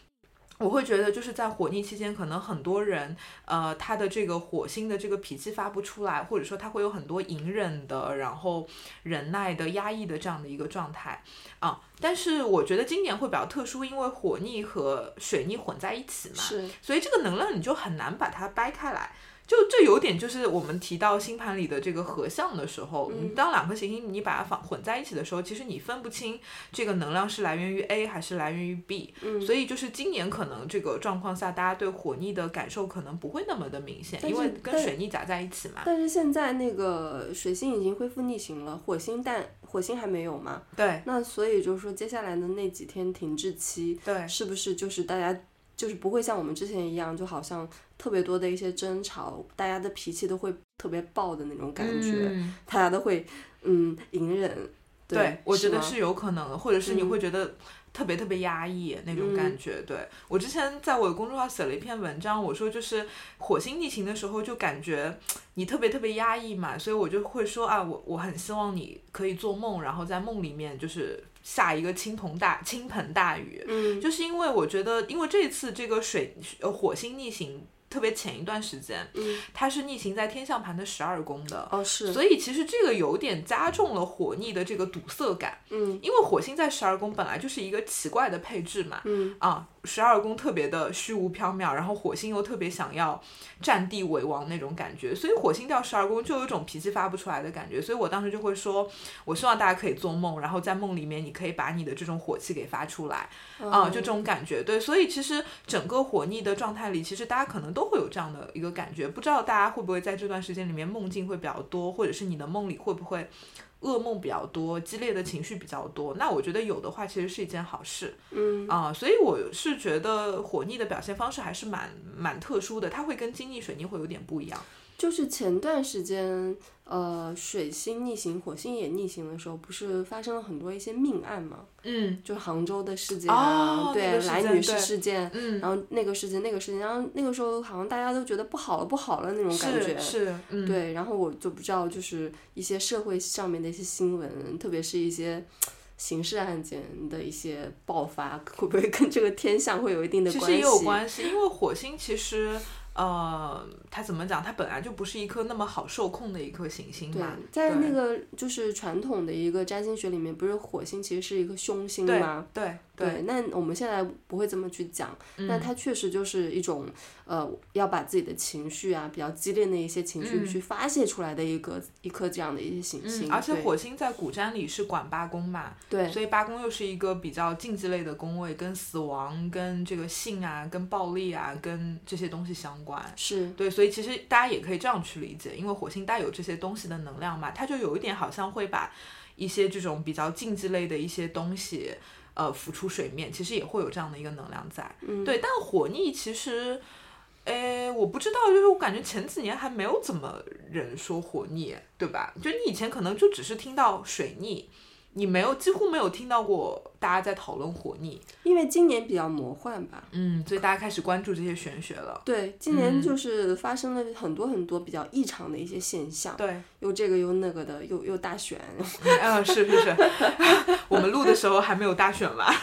[SPEAKER 1] 我会觉得就是在火逆期间，可能很多人呃他的这个火星的这个脾气发不出来，或者说他会有很多隐忍的，然后忍耐的、压抑的这样的一个状态啊。但是我觉得今年会比较特殊，因为火逆和水逆混在一起嘛，
[SPEAKER 2] 是，
[SPEAKER 1] 所以这个能量你就很难把它掰开来。就这有点就是我们提到星盘里的这个合相的时候，
[SPEAKER 2] 嗯
[SPEAKER 1] 你当两颗行星你把它放混在一起的时候，其实你分不清这个能量是来源于 A 还是来源于 B。
[SPEAKER 2] 嗯
[SPEAKER 1] 所以就是今年可能这个状况下，大家对火逆的感受可能不会那么的明显，
[SPEAKER 2] 但
[SPEAKER 1] 因
[SPEAKER 2] 是
[SPEAKER 1] 为跟
[SPEAKER 2] 但
[SPEAKER 1] 水逆夹在一起嘛。
[SPEAKER 2] 但是现在那个水星已经恢复逆行了，火星但火星还没有嘛？
[SPEAKER 1] 对
[SPEAKER 2] 那所以就是说，接下来的那几天停滞期，
[SPEAKER 1] 对
[SPEAKER 2] 是不是就是大家就是不会像我们之前一样，就好像特别多的一些争吵，大家的脾气都会特别爆的那种感觉，
[SPEAKER 1] 嗯
[SPEAKER 2] 大家都会嗯隐忍。
[SPEAKER 1] 对，我觉得
[SPEAKER 2] 吗
[SPEAKER 1] 是有可能的，或者是你
[SPEAKER 2] 嗯
[SPEAKER 1] 会觉得特别特别压抑那种
[SPEAKER 2] 嗯
[SPEAKER 1] 感觉。对我之前在我的公众号写了一篇文章，我说就是火星逆行的时候，就感觉你特别特别压抑嘛，所以我就会说啊，我我很希望你可以做梦，然后在梦里面就是下一个倾盆大倾盆大雨，
[SPEAKER 2] 嗯
[SPEAKER 1] 就是因为我觉得，因为这次这个水呃火星逆行。特别前一段时间，
[SPEAKER 2] 嗯
[SPEAKER 1] 它是逆行在天象盘的十二宫的，
[SPEAKER 2] 哦是
[SPEAKER 1] 所以其实这个有点加重了火逆的这个堵塞感，
[SPEAKER 2] 嗯
[SPEAKER 1] 因为火星在十二宫本来就是一个奇怪的配置嘛，
[SPEAKER 2] 嗯
[SPEAKER 1] 啊，十二宫特别的虚无缥缈，然后火星又特别想要占地为王那种感觉，所以火星掉十二宫就有一种脾气发不出来的感觉，所以我当时就会说，我希望大家可以做梦，然后在梦里面你可以把你的这种火气给发出来，
[SPEAKER 2] 嗯
[SPEAKER 1] 啊、就这种感觉，对，所以其实整个火逆的状态里，其实大家可能都会有这样的一个感觉，不知道大家会不会在这段时间里面梦境会比较多，或者是你的梦里会不会噩梦比较多，激烈的情绪比较多？那我觉得有的话，其实是一件好事
[SPEAKER 2] 嗯
[SPEAKER 1] 啊、所以我是觉得火逆的表现方式还是蛮蛮特殊的，它会跟金逆水逆会有点不一样。
[SPEAKER 2] 就是前段时间呃水星逆行，火星也逆行的时候，不是发生了很多一些命案嘛？
[SPEAKER 1] 嗯
[SPEAKER 2] 就是杭州的事件啊，
[SPEAKER 1] 哦那
[SPEAKER 2] 对
[SPEAKER 1] 个事
[SPEAKER 2] 来
[SPEAKER 1] 件
[SPEAKER 2] 女士
[SPEAKER 1] 对
[SPEAKER 2] 事件，
[SPEAKER 1] 嗯，
[SPEAKER 2] 然后那个事件那个事件，然后那个时候好像大家都觉得不好了不好了那种感觉
[SPEAKER 1] 是，是，嗯，
[SPEAKER 2] 对，然后我就不知道，就是一些社会上面的一些新闻，特别是一些刑事案件的一些爆发，会不会跟这个天象会有一定的
[SPEAKER 1] 其
[SPEAKER 2] 关
[SPEAKER 1] 实
[SPEAKER 2] 系？
[SPEAKER 1] 也有关系，因为火星其实。呃，它怎么讲？它本来就不是一颗那么好受控的一颗行星
[SPEAKER 2] 对
[SPEAKER 1] 嘛。，
[SPEAKER 2] 在
[SPEAKER 1] 对
[SPEAKER 2] 那个就是传统的一个占星学里面，不是火星其实是一个凶星
[SPEAKER 1] 对
[SPEAKER 2] 吗？
[SPEAKER 1] 对
[SPEAKER 2] 对，那我们现在不会这么去讲，那
[SPEAKER 1] 嗯
[SPEAKER 2] 它确实就是一种呃，要把自己的情绪啊，比较激烈的一些情绪
[SPEAKER 1] 嗯
[SPEAKER 2] 去发泄出来的一个、一颗这样的一些行星。
[SPEAKER 1] 嗯，而且
[SPEAKER 2] 对
[SPEAKER 1] 火星在古占里是管八宫嘛，
[SPEAKER 2] 对
[SPEAKER 1] 所以八宫又是一个比较竞技类的宫位，跟死亡、跟这个性啊、跟暴力啊、跟这些东西相关。
[SPEAKER 2] 是
[SPEAKER 1] 对，所以其实大家也可以这样去理解，因为火星带有这些东西的能量嘛，它就有一点好像会把一些这种比较竞技类的一些东西，呃，浮出水面，其实也会有这样的一个能量在。
[SPEAKER 2] 嗯
[SPEAKER 1] 对，但火逆其实，诶，我不知道，就是我感觉前几年还没有怎么人说火逆，对吧？就你以前可能就只是听到水逆，你没有几乎没有听到过大家在讨论火逆，
[SPEAKER 2] 因为今年比较魔幻吧。
[SPEAKER 1] 嗯，所以大家开始关注这些玄学了。
[SPEAKER 2] 对，今
[SPEAKER 1] 嗯
[SPEAKER 2] 年就是发生了很多很多比较异常的一些现象，
[SPEAKER 1] 对，
[SPEAKER 2] 又这个又那个的，又又大选，
[SPEAKER 1] 嗯，是是是，我们录的时候还没有大选吧？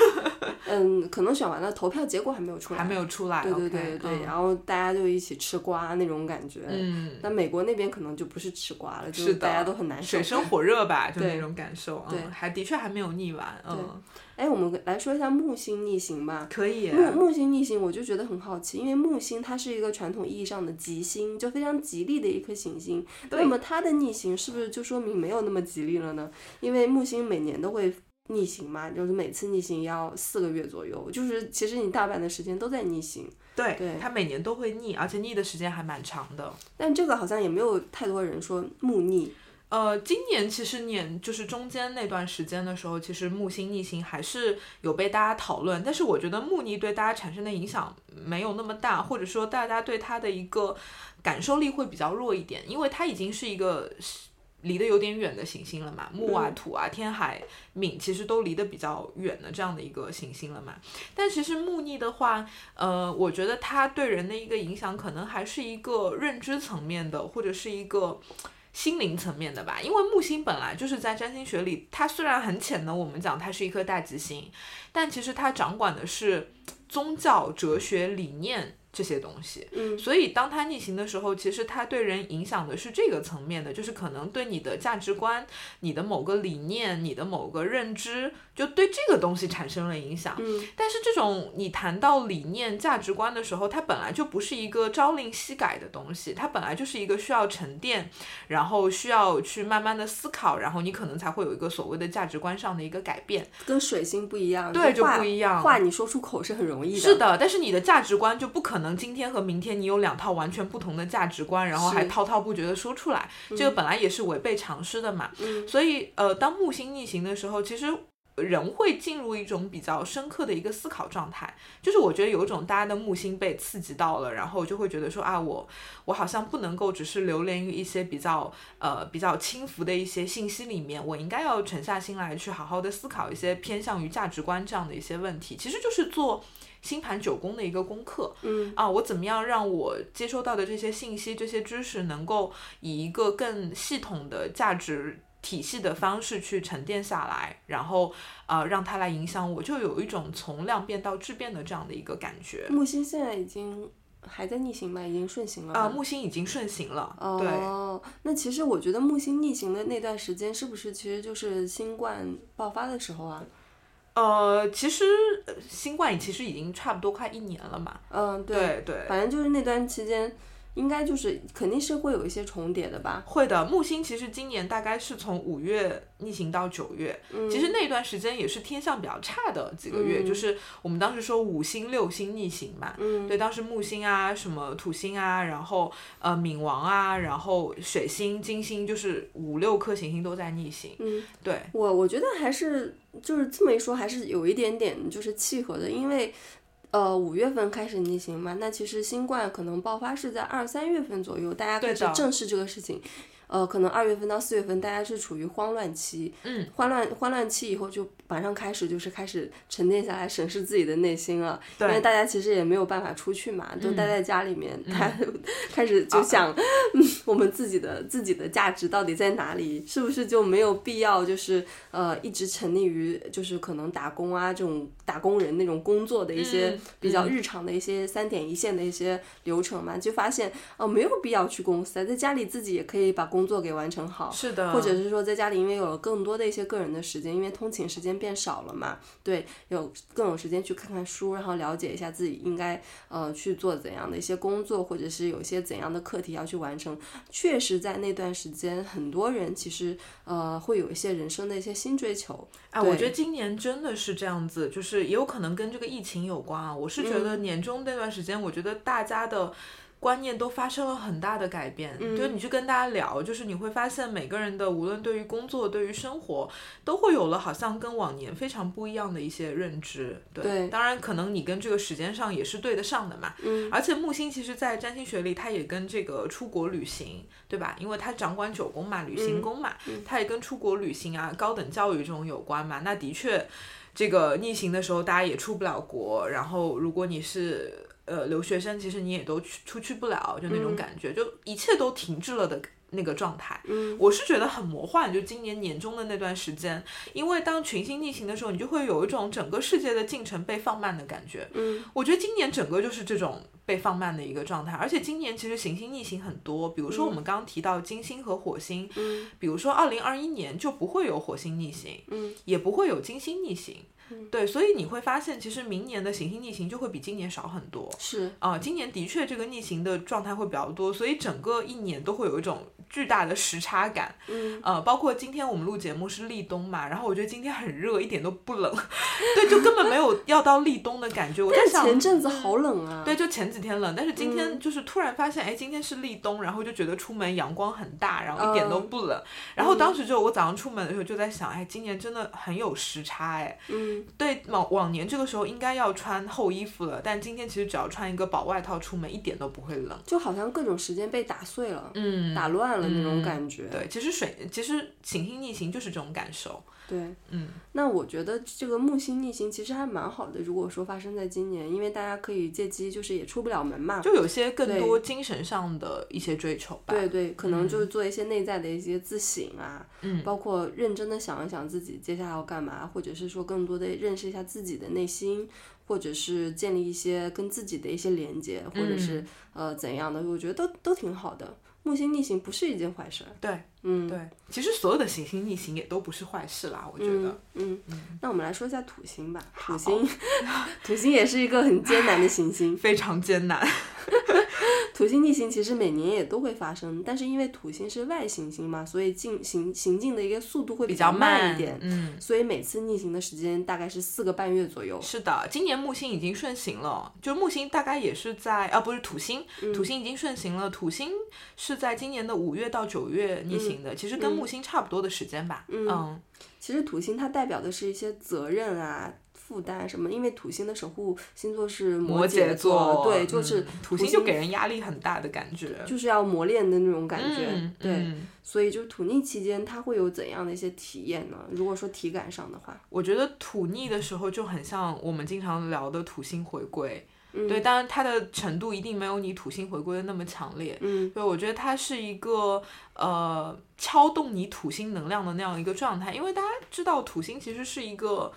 [SPEAKER 2] 嗯，可能选完了，投票结果还没有出来，
[SPEAKER 1] 还没有出来。
[SPEAKER 2] 对对
[SPEAKER 1] OK，
[SPEAKER 2] 对对对，
[SPEAKER 1] 嗯
[SPEAKER 2] 然后大家就一起吃瓜那种感觉。
[SPEAKER 1] 嗯，
[SPEAKER 2] 但美国那边可能就不是吃瓜了，就是
[SPEAKER 1] 的
[SPEAKER 2] 大家都很难受
[SPEAKER 1] 水。深火热吧，就
[SPEAKER 2] 对
[SPEAKER 1] 那种感受。
[SPEAKER 2] 对
[SPEAKER 1] 嗯，还的确还没有逆完。嗯，
[SPEAKER 2] 哎，我们来说一下木星逆行吧。
[SPEAKER 1] 可以。
[SPEAKER 2] 木木星逆行，我就觉得很好奇，因为木星它是一个传统意义上的吉星，就非常吉利的一颗行星。
[SPEAKER 1] 对
[SPEAKER 2] 那么它的逆行是不是就说明没有那么吉利了呢？因为木星每年都会逆行嘛，就是每次逆行要四个月左右，就是其实你大半的时间都在逆行。
[SPEAKER 1] 对，
[SPEAKER 2] 对
[SPEAKER 1] 它每年都会逆，而且逆的时间还蛮长的。
[SPEAKER 2] 但这个好像也没有太多人说木逆，
[SPEAKER 1] 呃，今年其实年就是中间那段时间的时候，其实木星逆行还是有被大家讨论，但是我觉得木逆对大家产生的影响没有那么大，或者说大家对它的一个感受力会比较弱一点，因为它已经是一个是离得有点远的行星了嘛，木啊、
[SPEAKER 2] 嗯
[SPEAKER 1] 土啊、天海、冥其实都离得比较远的这样的一个行星了嘛。但其实木逆的话，呃，我觉得它对人的一个影响，可能还是一个认知层面的，或者是一个。心灵层面的吧，因为木星本来就是在占星学里，它虽然很浅呢，我们讲它是一颗大吉星，但其实它掌管的是宗教、哲学、理念这些东西。
[SPEAKER 2] 嗯，
[SPEAKER 1] 所以当它逆行的时候，其实它对人影响的是这个层面的，就是可能对你的价值观、你的某个理念、你的某个认知，就对这个东西产生了影响。
[SPEAKER 2] 嗯，
[SPEAKER 1] 但是这种你谈到理念、价值观的时候，它本来就不是一个朝令夕改的东西，它本来就是一个需要沉淀，然后需要去慢慢的思考，然后你可能才会有一个所谓的价值观上的一个改变。
[SPEAKER 2] 跟水星不一样，
[SPEAKER 1] 对就
[SPEAKER 2] 话
[SPEAKER 1] 不一样
[SPEAKER 2] 话你说出口是很容易的，
[SPEAKER 1] 是的，但是你的价值观就不可能今天和明天你有两套完全不同的价值观，然后还
[SPEAKER 2] 是
[SPEAKER 1] 滔滔不绝的说出来，这个本来也是违背常识的嘛。
[SPEAKER 2] 嗯
[SPEAKER 1] 所以呃，当木星逆行的时候，其实。人会进入一种比较深刻的一个思考状态，就是我觉得有一种大家的木星被刺激到了，然后就会觉得说啊，我我好像不能够只是流连于一些比较呃比较轻浮的一些信息里面，我应该要沉下心来去好好的思考一些偏向于价值观这样的一些问题，其实就是做星盘九宫的一个功课。
[SPEAKER 2] 嗯
[SPEAKER 1] 啊，我怎么样让我接收到的这些信息、这些知识，能够以一个更系统的价值体系的方式去沉淀下来，然后呃，让它来影响我，就有一种从量变到质变的这样的一个感觉。
[SPEAKER 2] 木星现在已经还在逆行吧，已经顺行了
[SPEAKER 1] 啊、
[SPEAKER 2] 吧
[SPEAKER 1] 木星已经顺行了，对，
[SPEAKER 2] 哦，那其实我觉得木星逆行的那段时间，是不是其实就是新冠爆发的时候啊？
[SPEAKER 1] 呃，其实呃新冠其实已经差不多快一年了嘛，
[SPEAKER 2] 嗯，
[SPEAKER 1] 对对，
[SPEAKER 2] 反正就是那段期间，应该就是肯定是会有一些重叠的吧。
[SPEAKER 1] 会的，木星其实今年大概是从五月逆行到九月，其实那段时间也是天象比较差的几个月，
[SPEAKER 2] 嗯
[SPEAKER 1] 就是我们当时说五星六星逆行嘛，
[SPEAKER 2] 嗯
[SPEAKER 1] 对，当时木星啊，什么土星啊，然后呃冥王啊，然后水星、金星，就是五六颗行星都在逆行，
[SPEAKER 2] 嗯，
[SPEAKER 1] 对，
[SPEAKER 2] 我我觉得还是就是这么一说，还是有一点点就是契合的，因为。呃，五月份开始逆行嘛，那其实新冠可能爆发是在二三月份左右，大家开
[SPEAKER 1] 对
[SPEAKER 2] 始
[SPEAKER 1] 的
[SPEAKER 2] 正视这个事情。呃，可能二月份到四月份大家是处于慌乱期，
[SPEAKER 1] 嗯，
[SPEAKER 2] 慌乱慌乱期以后就马上开始就是开始沉淀下来审视自己的内心了，因为
[SPEAKER 1] 对嗯
[SPEAKER 2] 大家其实也没有办法出去嘛，都待在家里 面，大家开始
[SPEAKER 1] 啊
[SPEAKER 2] 就想，嗯，我们自己的自己的价值到底在哪里？是不是就没有必要就是呃一直沉溺于就是可能打工啊这种打工人那种工作的一些
[SPEAKER 1] 嗯
[SPEAKER 2] 比较日常的一些三点一线的一些流程嘛？就发现哦、没有必要去公司啊，在家里自己也可以把工作给完成好，
[SPEAKER 1] 是的，
[SPEAKER 2] 或者是说在家里，因为有了更多的一些个人的时间，因为通勤时间变少了嘛，对，有更有时间去看看书，然后了解一下自己应该呃去做怎样的一些工作，或者是有一些怎样的课题要去完成。确实，在那段时间，很多人其实呃会有一些人生的一些新追求，
[SPEAKER 1] 哎，我
[SPEAKER 2] 对
[SPEAKER 1] 觉得今年真的是这样子，就是也有可能跟这个疫情有关啊。我是觉
[SPEAKER 2] 嗯
[SPEAKER 1] 得年终那段时间，我觉得大家的。观念都发生了很大的改变，就是
[SPEAKER 2] 嗯
[SPEAKER 1] 你去跟大家聊，就是你会发现每个人的无论对于工作、对于生活，都会有了好像跟往年非常不一样的一些认知。对，
[SPEAKER 2] 对
[SPEAKER 1] 当然可能你跟这个时间上也是对得上的嘛。嗯，而且木星其实，在占星学里，它也跟这个出国旅行，对吧？因为它掌管九宫嘛，旅行宫嘛，它也跟出国旅行啊、高等教育这种有关嘛。那的确，这个逆行的时候，大家也出不了国。然后，如果你是呃留学生，其实你也都去出去不了，就那种感觉，就一切都停滞了的那个状态。嗯，我是觉得很魔幻，就今年年中的那段时间，因为当群星逆行的时候，你就会有一种整个世界的进程被放慢的感觉。嗯，我觉得今年整个就是这种被放慢的一个状态，而且今年其实行星逆行很多，比如说我们刚刚提到金星和火星，嗯，比如说二零二一年就不会有火星逆行，嗯，也不会有金星逆行。对，所以你会发现，其实明年的行星逆行就会比今年少很多。
[SPEAKER 2] 是
[SPEAKER 1] 啊，今年的确这个逆行的状态会比较多，所以整个一年都会有一种巨大的时差感。嗯，呃，包括今天我们录节目是立冬嘛，然后我觉得今天很热，一点都不冷， 对，就根本没有要到立冬的感觉。我在想，
[SPEAKER 2] 前阵子好冷啊，
[SPEAKER 1] 对，就前几天冷，但是今
[SPEAKER 2] 嗯
[SPEAKER 1] 天就是突然发现，哎、今天是立冬，然后就觉得出门阳光很大，然后一点都
[SPEAKER 2] 嗯
[SPEAKER 1] 不冷。然后当时就我早上出门的时候就在想，哎，今年真的很有时差，哎，
[SPEAKER 2] 嗯，
[SPEAKER 1] 对，往往年这个时候应该要穿厚衣服了，但今天其实只要穿一个薄外套出门，一点都不会冷。
[SPEAKER 2] 就好像各种时间被打碎了，
[SPEAKER 1] 嗯，
[SPEAKER 2] 打乱了那种感觉，
[SPEAKER 1] 对，其实水，其实行星逆行就是这种感受。
[SPEAKER 2] 对。
[SPEAKER 1] 嗯，
[SPEAKER 2] 那我觉得这个木星逆行其实还蛮好的，如果说发生在今年，因为大家可以借机就是也出不了门嘛。
[SPEAKER 1] 就有些更
[SPEAKER 2] 嗯对
[SPEAKER 1] 多精神上的一些追求吧。
[SPEAKER 2] 对对，可能就是做一些内在的一些自省啊，
[SPEAKER 1] 嗯
[SPEAKER 2] 包括认真的想一想自己接下来要干嘛，或者是说更多的认识一下自己的内心，或者是建立一些跟自己的一些连接，或者是、
[SPEAKER 1] 嗯
[SPEAKER 2] 呃怎样的，我觉得都都挺好的。木星逆行不是一件坏事儿，
[SPEAKER 1] 对
[SPEAKER 2] 嗯，
[SPEAKER 1] 对，其实所有的行星逆行也都不是坏事啦，我觉得。
[SPEAKER 2] 嗯，嗯，那我们来说一下土星吧。土星， 土星也是一个很艰难的行星。
[SPEAKER 1] 非常艰难，
[SPEAKER 2] 土星逆行其实每年也都会发生，但是因为土星是外行星嘛，所以进行行进的一个速度会
[SPEAKER 1] 比
[SPEAKER 2] 较
[SPEAKER 1] 较
[SPEAKER 2] 慢
[SPEAKER 1] 慢
[SPEAKER 2] 一点。
[SPEAKER 1] 嗯，
[SPEAKER 2] 所以每次逆行的时间大概是四个半月左右。
[SPEAKER 1] 是的，今年木星已经顺行了，就木星大概也是在啊，不是土星，
[SPEAKER 2] 嗯
[SPEAKER 1] 土星已经顺行了，土星是在今年的五月到九月逆
[SPEAKER 2] 嗯
[SPEAKER 1] 行的，其实跟木星差不多的时间吧。嗯，
[SPEAKER 2] 其实土星它代表的是一些责任啊、负担什么，因为土星的守护星座是摩
[SPEAKER 1] 嗯羯
[SPEAKER 2] 座，
[SPEAKER 1] 座，
[SPEAKER 2] 对，就是、
[SPEAKER 1] 嗯土星就给人压力很大的感觉。
[SPEAKER 2] 就是要磨练的那种感觉，
[SPEAKER 1] 嗯，
[SPEAKER 2] 对。
[SPEAKER 1] 嗯
[SPEAKER 2] 所以就是土逆期间，它会有怎样的一些体验呢？如果说体感上的话，
[SPEAKER 1] 我觉得土逆的时候就很像我们经常聊的土星回归，
[SPEAKER 2] 嗯
[SPEAKER 1] 对，当然它的程度一定没有你土星回归的那么强烈，
[SPEAKER 2] 嗯，
[SPEAKER 1] 对，我觉得它是一个呃敲动你土星能量的那样一个状态，因为大家知道土星其实是一个。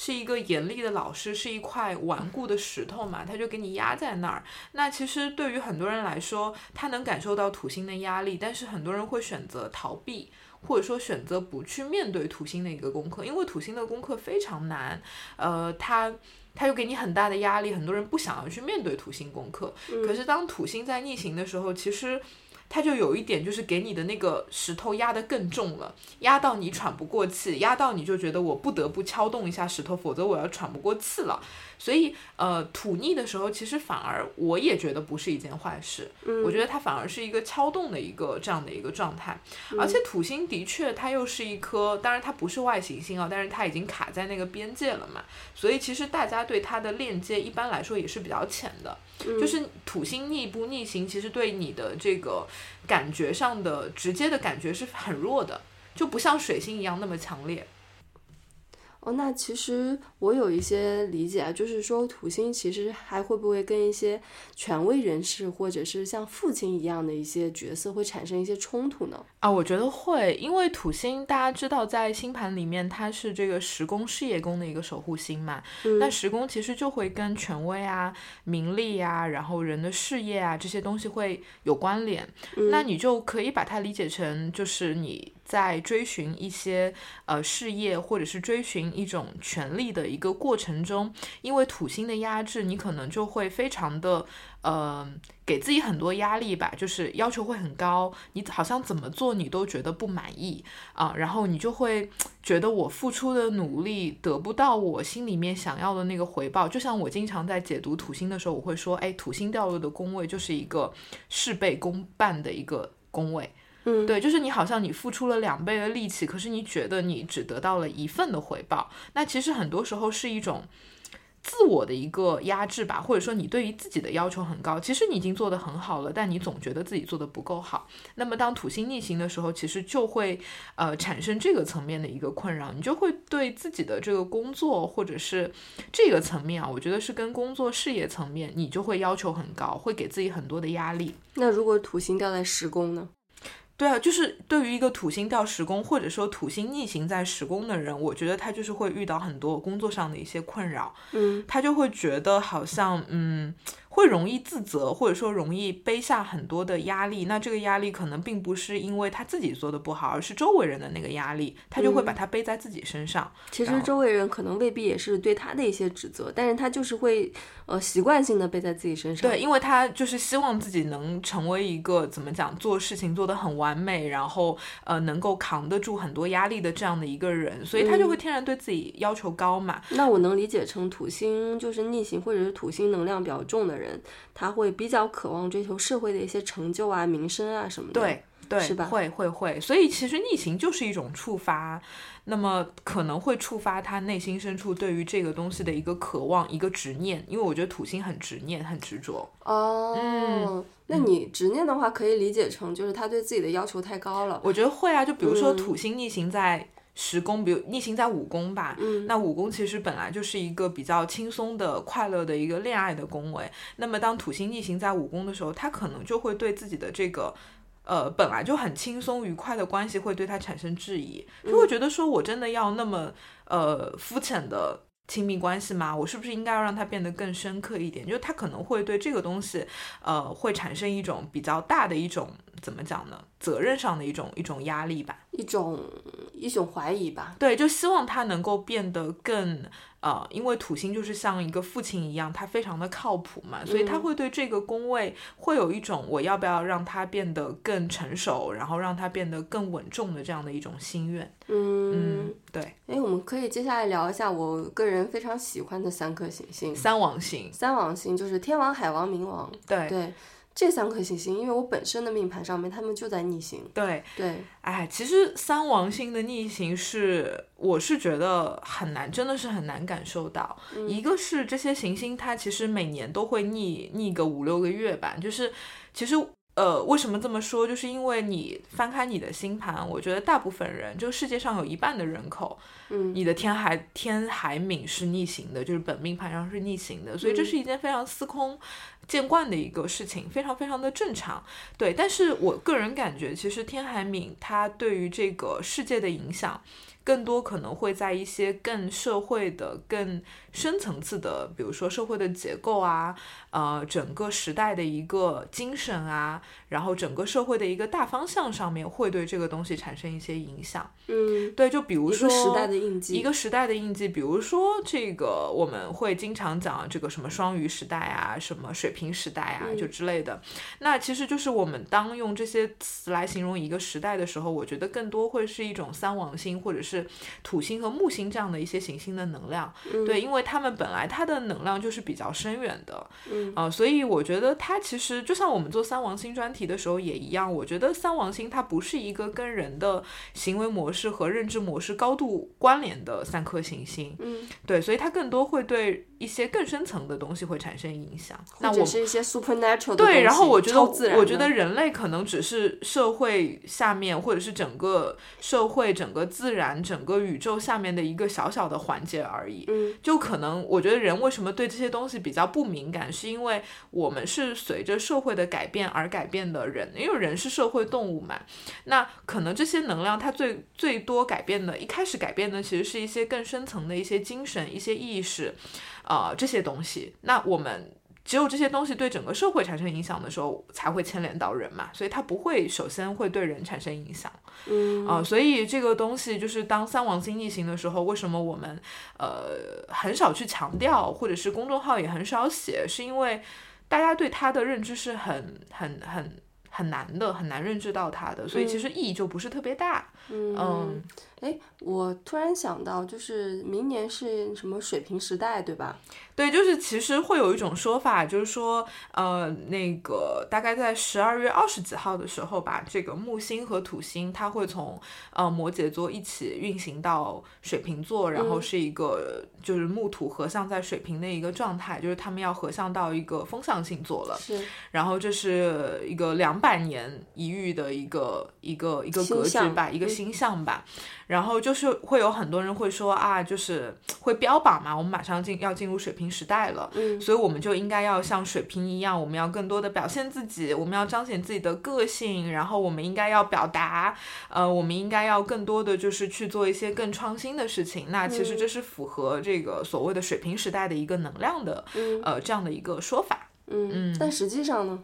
[SPEAKER 1] 是一个严厉的老师，是一块顽固的石头嘛，它就给你压在那儿。那其实对于很多人来说，他能感受到土星的压力，但是很多人会选择逃避，或者说选择不去面对土星的一个功课，因为土星的功课非常难，呃，它。它又给你很大的压力，很多人不想要去面对土星功课。可是当土星在逆行的时候，其实它就有一点就是给你的那个石头压得更重了，压到你喘不过气，压到你就觉得我不得不敲动一下石头，否则我要喘不过气了。所以呃，土逆的时候，其实反而我也觉得不是一件坏事，我觉得它反而是一个敲动的一个这样的一个状态。而且土星的确，它又是一颗，当然它不是外行星啊，但是它已经卡在那个边界了嘛，所以其实大家对它的链接一般来说也是比较浅的，就是土星逆不逆行，其实对你的这个感觉上的直接的感觉是很弱的，就不像水星一样那么强烈。
[SPEAKER 2] 哦，那其实我有一些理解啊，就是说土星其实还会不会跟一些权威人士或者是像父亲一样的一些角色会产生一些冲突呢？
[SPEAKER 1] 啊，我觉得会，因为土星大家知道，在星盘里面它是这个十宫事业宫的一个守护星嘛。那十宫其实就会跟权威啊、名利啊，然后人的事业啊这些东西会有关联。那你就可以把它理解成，就是你在追寻一些呃事业，或者是追寻一种权利的一个过程中，因为土星的压制，你可能就会非常的呃给自己很多压力吧，就是要求会很高，你好像怎么做你都觉得不满意啊、然后你就会觉得我付出的努力得不到我心里面想要的那个回报。就像我经常在解读土星的时候，我会说，哎，土星掉落的宫位就是一个事倍功半的一个宫位。
[SPEAKER 2] 嗯
[SPEAKER 1] 对，就是你好像你付出了两倍的力气，可是你觉得你只得到了一份的回报。那其实很多时候是一种自我的一个压制吧，或者说你对于自己的要求很高，其实你已经做得很好了，但你总觉得自己做得不够好。那么当土星逆行的时候，其实就会呃产生这个层面的一个困扰，你就会对自己的这个工作或者是这个层面啊，我觉得是跟工作事业层面，你就会要求很高，会给自己很多的压力。
[SPEAKER 2] 那如果土星掉在十宫呢？
[SPEAKER 1] 对啊，就是对于一个土星掉十宫，或者说土星逆行在十宫的人，我觉得他就是会遇到很多工作上的一些困扰，
[SPEAKER 2] 嗯，
[SPEAKER 1] 他就会觉得好像嗯，会容易自责，或者说容易背下很多的压力。那这个压力可能并不是因为他自己做的不好，而是周围人的那个压力，他就会把它背在自己身上。
[SPEAKER 2] 其
[SPEAKER 1] 然
[SPEAKER 2] 实
[SPEAKER 1] 后
[SPEAKER 2] 周围人可能未必也是对他的一些指责，但是他就是会呃习惯性的背在自己身上。
[SPEAKER 1] 对，，因为他就是希望自己能成为一个怎么讲，做事情做得很完美，然后呃能够扛得住很多压力的这样的一个人，所以他就
[SPEAKER 2] 嗯
[SPEAKER 1] 会天然对自己要求高嘛。
[SPEAKER 2] 那我能理解成土星就是逆行或者是土星能量比较重的人，他会比较渴望追求社会的一些成就啊、名声啊什么的。，
[SPEAKER 1] 对。对，
[SPEAKER 2] 是吧
[SPEAKER 1] 会会会，所以其实逆行就是一种触发，那么可能会触发他内心深处对于这个东西的一个渴望、一个执念，因为我觉得土星很执念、很执着。
[SPEAKER 2] 哦，
[SPEAKER 1] 嗯
[SPEAKER 2] 那你执念的话，可以理解成就是他对自己的要求太高了。
[SPEAKER 1] 我觉得会啊，就比如说
[SPEAKER 2] 嗯
[SPEAKER 1] 土星逆行在十宫，比如逆行在五宫吧，那五宫其实本来就是一个比较轻松的、快乐的一个恋爱的宫位。那么当土星逆行在五宫的时候，他可能就会对自己的这个。呃，本来就很轻松愉快的关系会对他产生质疑，他会觉得说，我真的要那么呃肤浅的亲密关系吗？我是不是应该要让它变得更深刻一点？就是他可能会对这个东西，呃，会产生一种比较大的一种怎么讲呢？责任上的一种一种压力吧。
[SPEAKER 2] 一种一种怀疑吧。
[SPEAKER 1] 对，就希望他能够变得更呃，因为土星就是像一个父亲一样，他非常的靠谱嘛，所以他会对这个宫位会有一种我要不要让他变得更成熟，然后让他变得更稳重的这样的一种心愿。
[SPEAKER 2] 嗯
[SPEAKER 1] 嗯，，对，
[SPEAKER 2] 哎，我们可以接下来聊一下我个人非常喜欢的三颗行星。
[SPEAKER 1] 三王星，
[SPEAKER 2] 三王星就是天王、海王、冥王。
[SPEAKER 1] 对
[SPEAKER 2] 对，这三颗行星，因为我本身的命盘上面，他们就在逆行。
[SPEAKER 1] 对，
[SPEAKER 2] 对，
[SPEAKER 1] 哎，其实三王星的逆行是，我是觉得很难，真的是很难感受到。一个是这些行星，它其实每年都会逆逆个五六个月吧，就是其实。呃，为什么这么说？就是因为你翻开你的星盘，我觉得大部分人，这个世界上有一半的人口，
[SPEAKER 2] 嗯
[SPEAKER 1] 你的天海天海冥是逆行的，就是本命盘上是逆行的，所以这
[SPEAKER 2] 嗯
[SPEAKER 1] 是一件非常司空见惯的一个事情，非常非常的正常。对，但是我个人感觉，其实天海敏他对于这个世界的影响，更多可能会在一些更社会的、更深层次的，比如说社会的结构啊，呃，整个时代的一个精神啊，然后整个社会的一个大方向上面，会对这个东西产生一些影响。
[SPEAKER 2] 嗯，
[SPEAKER 1] 对，就比如
[SPEAKER 2] 一
[SPEAKER 1] 说
[SPEAKER 2] 个时代的印记，
[SPEAKER 1] 一个时代的印记，比如说这个我们会经常讲这个什么双鱼时代啊，什么水瓶时代啊，
[SPEAKER 2] 嗯
[SPEAKER 1] 就之类的。那其实就是我们当用这些词来形容一个时代的时候，我觉得更多会是一种三王星或者是土星和木星这样的一些行星的能量。对，因为他们本来它的能量就是比较深远的，
[SPEAKER 2] 嗯
[SPEAKER 1] 啊、所以我觉得它其实就像我们做三王星专题的时候也一样，我觉得三王星它不是一个跟人的行为模式和认知模式高度关联的三颗行星，
[SPEAKER 2] 嗯，
[SPEAKER 1] 对，所以它更多会对一些更深层的东西会产生影响。那
[SPEAKER 2] 或
[SPEAKER 1] 我
[SPEAKER 2] 者是一些 supernatural 的东
[SPEAKER 1] 对，
[SPEAKER 2] 西
[SPEAKER 1] 然后我觉得，
[SPEAKER 2] 超自然的
[SPEAKER 1] 我觉得人类可能只是社会下面，或者是整个社会、整个自然、整个宇宙下面的一个小小的环节而已。
[SPEAKER 2] 嗯，
[SPEAKER 1] 就可能我觉得人为什么对这些东西比较不敏感，是因为我们是随着社会的改变而改变的人，因为人是社会动物嘛。那可能这些能量它最最多改变的，一开始改变的其实是一些更深层的一些精神、一些意识，呃，这些东西。那我们只有这些东西对整个社会产生影响的时候，才会牵连到人嘛，所以它不会首先会对人产生影响。嗯啊、所以这个东西就是当三王星逆行的时候，为什么我们呃很少去强调，或者是公众号也很少写，是因为大家对它的认知是很很很很难的，很难认知到它的，所以其实意义就不是特别大。嗯
[SPEAKER 2] 哎，我突然想到，就是明年是什么水平时代，对吧？
[SPEAKER 1] 对，就是其实会有一种说法，就是说，呃，那个大概在十二月二十几号的时候吧，这个木星和土星它会从呃摩羯座一起运行到水瓶座，然后
[SPEAKER 2] 嗯
[SPEAKER 1] 是一个就是木土合相在水瓶的一个状态，就是他们要合相到一个风象星座了。
[SPEAKER 2] 是，
[SPEAKER 1] 然后这是一个两百年一遇的一个一个一个格
[SPEAKER 2] 星
[SPEAKER 1] 局
[SPEAKER 2] 象
[SPEAKER 1] 吧，一个
[SPEAKER 2] 嗯
[SPEAKER 1] 星象吧。然后就是会有很多人会说啊，就是会标榜嘛，我们马上进要进入水平时代了。
[SPEAKER 2] 嗯
[SPEAKER 1] 所以我们就应该要像水瓶一样，我们要更多的表现自己，我们要彰显自己的个性，然后我们应该要表达，呃，我们应该要更多的就是去做一些更创新的事情。那其实
[SPEAKER 2] 嗯
[SPEAKER 1] 这是符合这个所谓的水平时代的一个能量的，
[SPEAKER 2] 嗯
[SPEAKER 1] 呃，这样的一个说法。
[SPEAKER 2] 嗯，但实际上呢，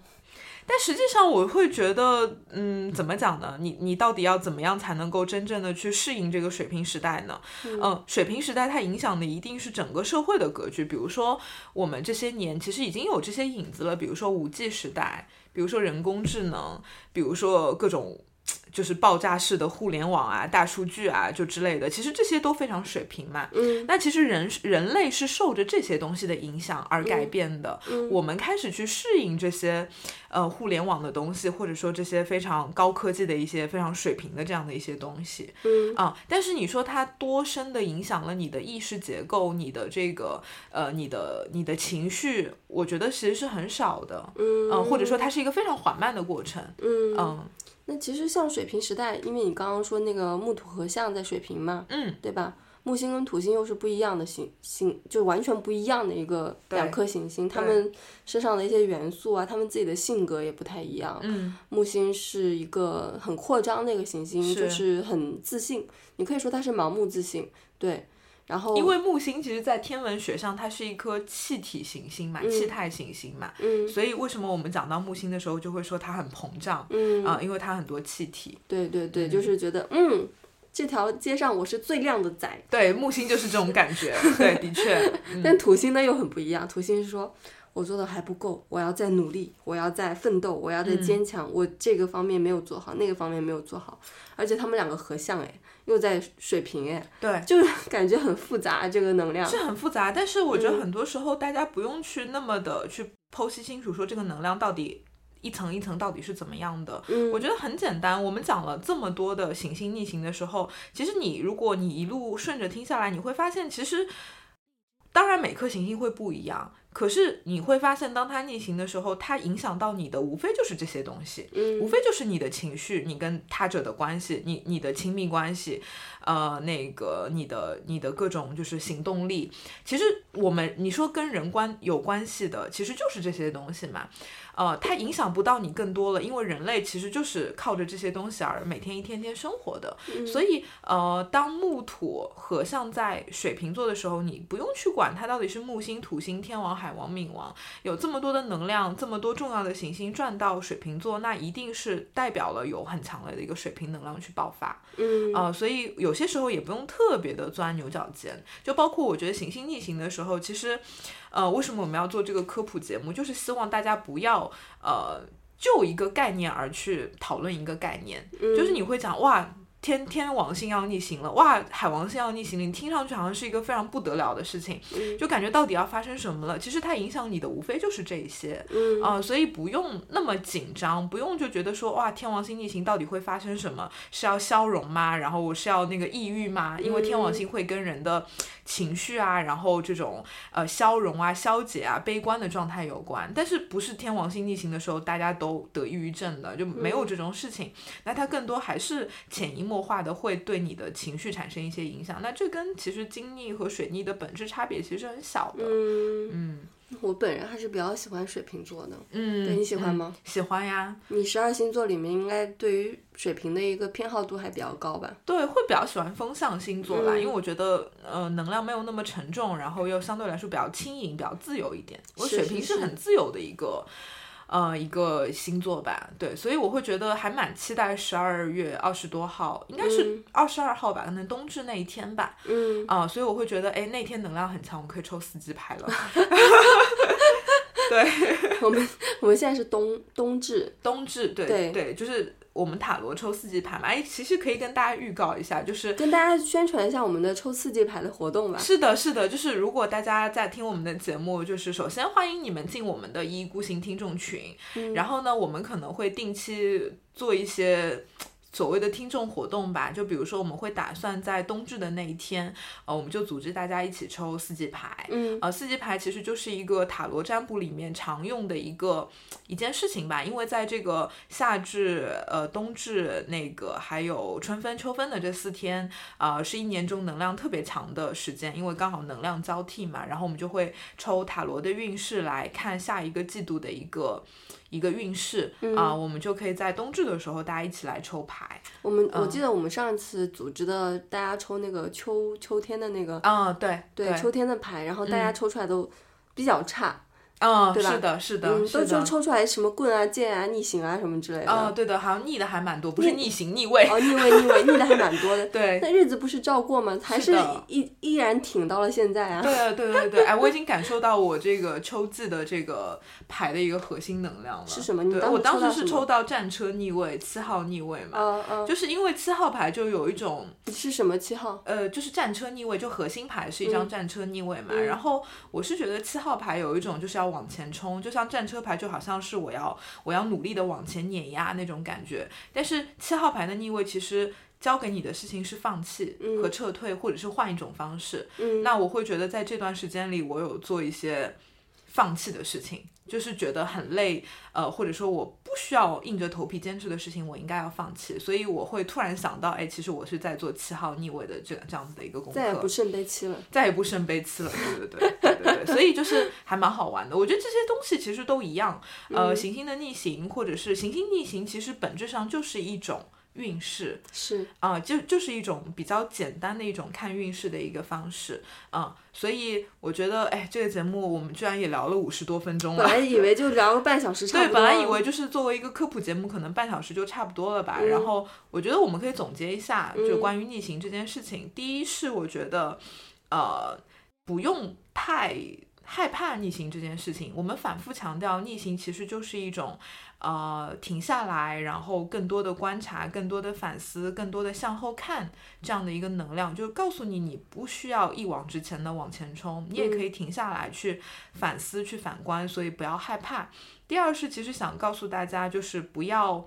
[SPEAKER 1] 但实际上，我会觉得，嗯，怎么讲呢？你你到底要怎么样才能够真正的去适应这个水平时代呢？嗯、水平时代它影响的一定是整个社会的格局。比如说，我们这些年其实已经有这些影子了，比如说五 G 时代，比如说人工智能，比如说各种。就是爆炸式的互联网啊、大数据啊，就之类的，其实这些都非常水平嘛。
[SPEAKER 2] 嗯
[SPEAKER 1] 那其实人是人类是受着这些东西的影响而改变的。我们开始去适应这些，呃，互联网的东西，或者说这些非常高科技的一些非常水平的这样的一些东西。
[SPEAKER 2] 嗯
[SPEAKER 1] 啊，但是你说它多深的影响了你的意识结构，你的这个呃，你的你的情绪，我觉得其实是很少的。嗯、或者说它是一个非常缓慢的过程。
[SPEAKER 2] 嗯
[SPEAKER 1] 嗯
[SPEAKER 2] 那其实像水平时代，因为你刚刚说那个木土合相在水平嘛，
[SPEAKER 1] 嗯，
[SPEAKER 2] 对吧？木星跟土星又是不一样的行星，就完全不一样的一个
[SPEAKER 1] 对
[SPEAKER 2] 两颗行星，它
[SPEAKER 1] 对
[SPEAKER 2] 们身上的一些元素啊，它们自己的性格也不太一样。
[SPEAKER 1] 嗯
[SPEAKER 2] 木星是一个很扩张的一个行星，
[SPEAKER 1] 是
[SPEAKER 2] 就是很自信，你可以说它是盲目自信，对。然后
[SPEAKER 1] 因为木星其实，在天文学上，它是一颗气体行星嘛，气态行星嘛，
[SPEAKER 2] 嗯
[SPEAKER 1] 所以为什么我们讲到木星的时候，就会说它很膨胀啊、
[SPEAKER 2] 嗯，
[SPEAKER 1] 因为它很多气体。
[SPEAKER 2] 对对对，就是觉得嗯，这条街上我是最靓的仔，
[SPEAKER 1] 对，木星就是这种感觉。对，的 确，
[SPEAKER 2] 但土星呢又很不一样，土星是说我做的还不够，我要再努力，我要再奋斗，我要
[SPEAKER 1] 嗯
[SPEAKER 2] 再坚强，我这个方面没有做好，那个方面没有做好，而且他们两个合相哎，又在水平哎，
[SPEAKER 1] 对，
[SPEAKER 2] 就是 感觉很复杂这个能量，
[SPEAKER 1] 是很复杂。但是我觉得很多时候大家不用去那么的去剖析清楚，说这个能量到底一层一层到底是怎么样的。
[SPEAKER 2] 嗯
[SPEAKER 1] 我觉得很简单。我们讲了这么多的行星逆行的时候，其实你如果你一路顺着听下来，你会发现其实。当然，每颗行星会不一样，可是你会发现，当它逆行的时候，它影响到你的无非就是这些东西。无
[SPEAKER 2] 嗯
[SPEAKER 1] 非就是你的情绪，你跟他者的关系，你你的亲密关系，呃，那个你的你的各种就是行动力。其实我们你说跟人关有关系的，其实就是这些东西嘛。呃，它影响不到你更多了，因为人类其实就是靠着这些东西而每天一天天生活的。所以呃，当木土合相在水瓶座的时候，你不用去管它到底是木星、土星、天王、海王、冥王，有这么多的能量，这么多重要的行星转到水瓶座，那一定是代表了有很强烈的一个水瓶能量去爆发。
[SPEAKER 2] 嗯
[SPEAKER 1] 啊、所以有些时候也不用特别的钻牛角尖，就包括我觉得行星逆行的时候，其实，呃，为什么我们要做这个科普节目，就是希望大家不要呃就一个概念而去讨论一个概念，就是你会讲哇。天天王星要逆行了，哇，海王星要逆行了，你听上去好像是一个非常不得了的事情，就感觉到底要发生什么了？其实它影响你的无非就是这一些，嗯、呃、所以不用那么紧张，不用就觉得说哇，天王星逆行到底会发生什么？是要消融吗？然后我是要那个抑郁吗？因为天王星会跟人的情绪啊，然后这种呃消融啊、消解啊、悲观的状态有关，但是不是天王星逆行的时候大家都得抑郁症的，就没
[SPEAKER 2] 嗯
[SPEAKER 1] 有这种事情。那它更多还是潜移默化的会对你的情绪产生一些影响。那这跟其实金逆和水逆的本质差别其实很小的。嗯
[SPEAKER 2] 我本人还是比较喜欢水瓶座的，
[SPEAKER 1] 嗯
[SPEAKER 2] 对你喜欢吗？
[SPEAKER 1] 嗯喜欢呀，
[SPEAKER 2] 你十二星座里面应该对于水瓶的一个偏好度还比较高吧？
[SPEAKER 1] 对，会比较喜欢风象星座啦，
[SPEAKER 2] 嗯
[SPEAKER 1] 因为我觉得呃能量没有那么沉重，然后又相对来说比较轻盈、比较自由一点。我
[SPEAKER 2] 是
[SPEAKER 1] 水
[SPEAKER 2] 是
[SPEAKER 1] 瓶
[SPEAKER 2] 是
[SPEAKER 1] 是很自由的一个。呃，一个星座吧，对，所以我会觉得还蛮期待十二月二十多号，应该是二十二号吧，可能冬至那一天吧，
[SPEAKER 2] 嗯，
[SPEAKER 1] 啊、所以我会觉得，哎，那天能量很强，我可以抽四级牌 了。对，
[SPEAKER 2] 我们我们现在是冬冬至，
[SPEAKER 1] 冬至，对
[SPEAKER 2] 对
[SPEAKER 1] 就是我们塔罗抽四级牌嘛，哎，其实可以跟大家预告一下，就是
[SPEAKER 2] 跟大家宣传一下我们的抽刺激牌的活动吧。
[SPEAKER 1] 是的，是的，就是如果大家在听我们的节目，就是首先欢迎你们进我们的一意孤行听众群，然后呢，我们可能会定期做一些。所谓的听众活动吧，就比如说我们会打算在冬至的那一天，呃，我们就组织大家一起抽四季牌。
[SPEAKER 2] 嗯，
[SPEAKER 1] 呃，四季牌其实就是一个塔罗占卜里面常用的一个一件事情吧，因为在这个夏至、呃冬至、那个还有春分、秋分的这四天，呃，是一年中能量特别强的时间，因为刚好能量交替嘛，然后我们就会抽塔罗的运势来看下一个季度的一个一个运势啊、
[SPEAKER 2] 嗯
[SPEAKER 1] 我们就可以在冬至的时候大家一起来抽牌
[SPEAKER 2] 我们
[SPEAKER 1] 嗯
[SPEAKER 2] 我记得我们上次组织的大家抽那个秋秋天的那个
[SPEAKER 1] 啊、对
[SPEAKER 2] 对秋天的牌，然后大家抽出来都比较差，
[SPEAKER 1] 嗯，
[SPEAKER 2] 对吧
[SPEAKER 1] 是的，是的，
[SPEAKER 2] 嗯，
[SPEAKER 1] 是
[SPEAKER 2] 都
[SPEAKER 1] 的
[SPEAKER 2] 抽。抽出来什么棍啊、剑啊、逆行啊什么之类的。
[SPEAKER 1] 哦，对的，好像逆的还蛮多，不是逆行逆位。
[SPEAKER 2] 哦，逆位逆位逆的还蛮多的。
[SPEAKER 1] 对
[SPEAKER 2] 那日子不是照过吗？还
[SPEAKER 1] 是
[SPEAKER 2] 是
[SPEAKER 1] 的
[SPEAKER 2] 依依然挺到了现在啊。
[SPEAKER 1] 对对对对，哎，我已经感受到我这个秋季的这个牌的一个核心能量了。
[SPEAKER 2] 是什么你
[SPEAKER 1] 对
[SPEAKER 2] 当时
[SPEAKER 1] 我当
[SPEAKER 2] 抽到
[SPEAKER 1] 时
[SPEAKER 2] 什
[SPEAKER 1] 是
[SPEAKER 2] 么
[SPEAKER 1] 抽到战车逆位，七号逆位嘛，
[SPEAKER 2] 呃呃，
[SPEAKER 1] 就是因为七号牌就有一种
[SPEAKER 2] 你是什么七号？
[SPEAKER 1] 呃，就是战车逆位，就核心牌是一
[SPEAKER 2] 嗯
[SPEAKER 1] 张战车逆位嘛。然后我是觉得七号牌有一种就是要往前冲，就像战车牌就好像是我要我要努力的往前碾压那种感觉。但是七号牌的逆位其实。交给你的事情是放弃和撤退，或者是换一种方式。
[SPEAKER 2] 嗯
[SPEAKER 1] 那我会觉得在这段时间里，我有做一些放弃的事情，就是觉得很累，呃，或者说我不需要硬着头皮坚持的事情，我应该要放弃。所以我会突然想到，哎，其实我是在做七号逆位的这这样子的一个功课，
[SPEAKER 2] 再也不圣杯 七了。
[SPEAKER 1] 再也不生悲戚了，对对对对对对，所以就是还蛮好玩的。我觉得这些东西其实都一样，
[SPEAKER 2] 嗯
[SPEAKER 1] 呃，行星的逆行或者是行星逆行，其实本质上就是一种运势，
[SPEAKER 2] 是，
[SPEAKER 1] 啊、就就是一种比较简单的一种看运势的一个方式啊、所以我觉得，哎，这个节目我们居然也聊了五十多分钟
[SPEAKER 2] 本
[SPEAKER 1] 了。
[SPEAKER 2] 来以为就聊个半小时差不
[SPEAKER 1] 嗯对，
[SPEAKER 2] 多。啊
[SPEAKER 1] 本来以为就是作为一个科普节目，可能半小时就差不多了吧。
[SPEAKER 2] 嗯
[SPEAKER 1] 然后我觉得我们可以总结一下，就关于逆行这件事情。第一是我觉得，呃，不用太害怕逆行这件事情。我们反复强调，逆行其实就是一种呃停下来，然后更多的观察、更多的反思、更多的向后看这样的一个能量，就是告诉你，你不需要一往直前的往前冲，你也可以停下来去反思、去反观，所以不要害怕。第二是，其实想告诉大家，就是不要。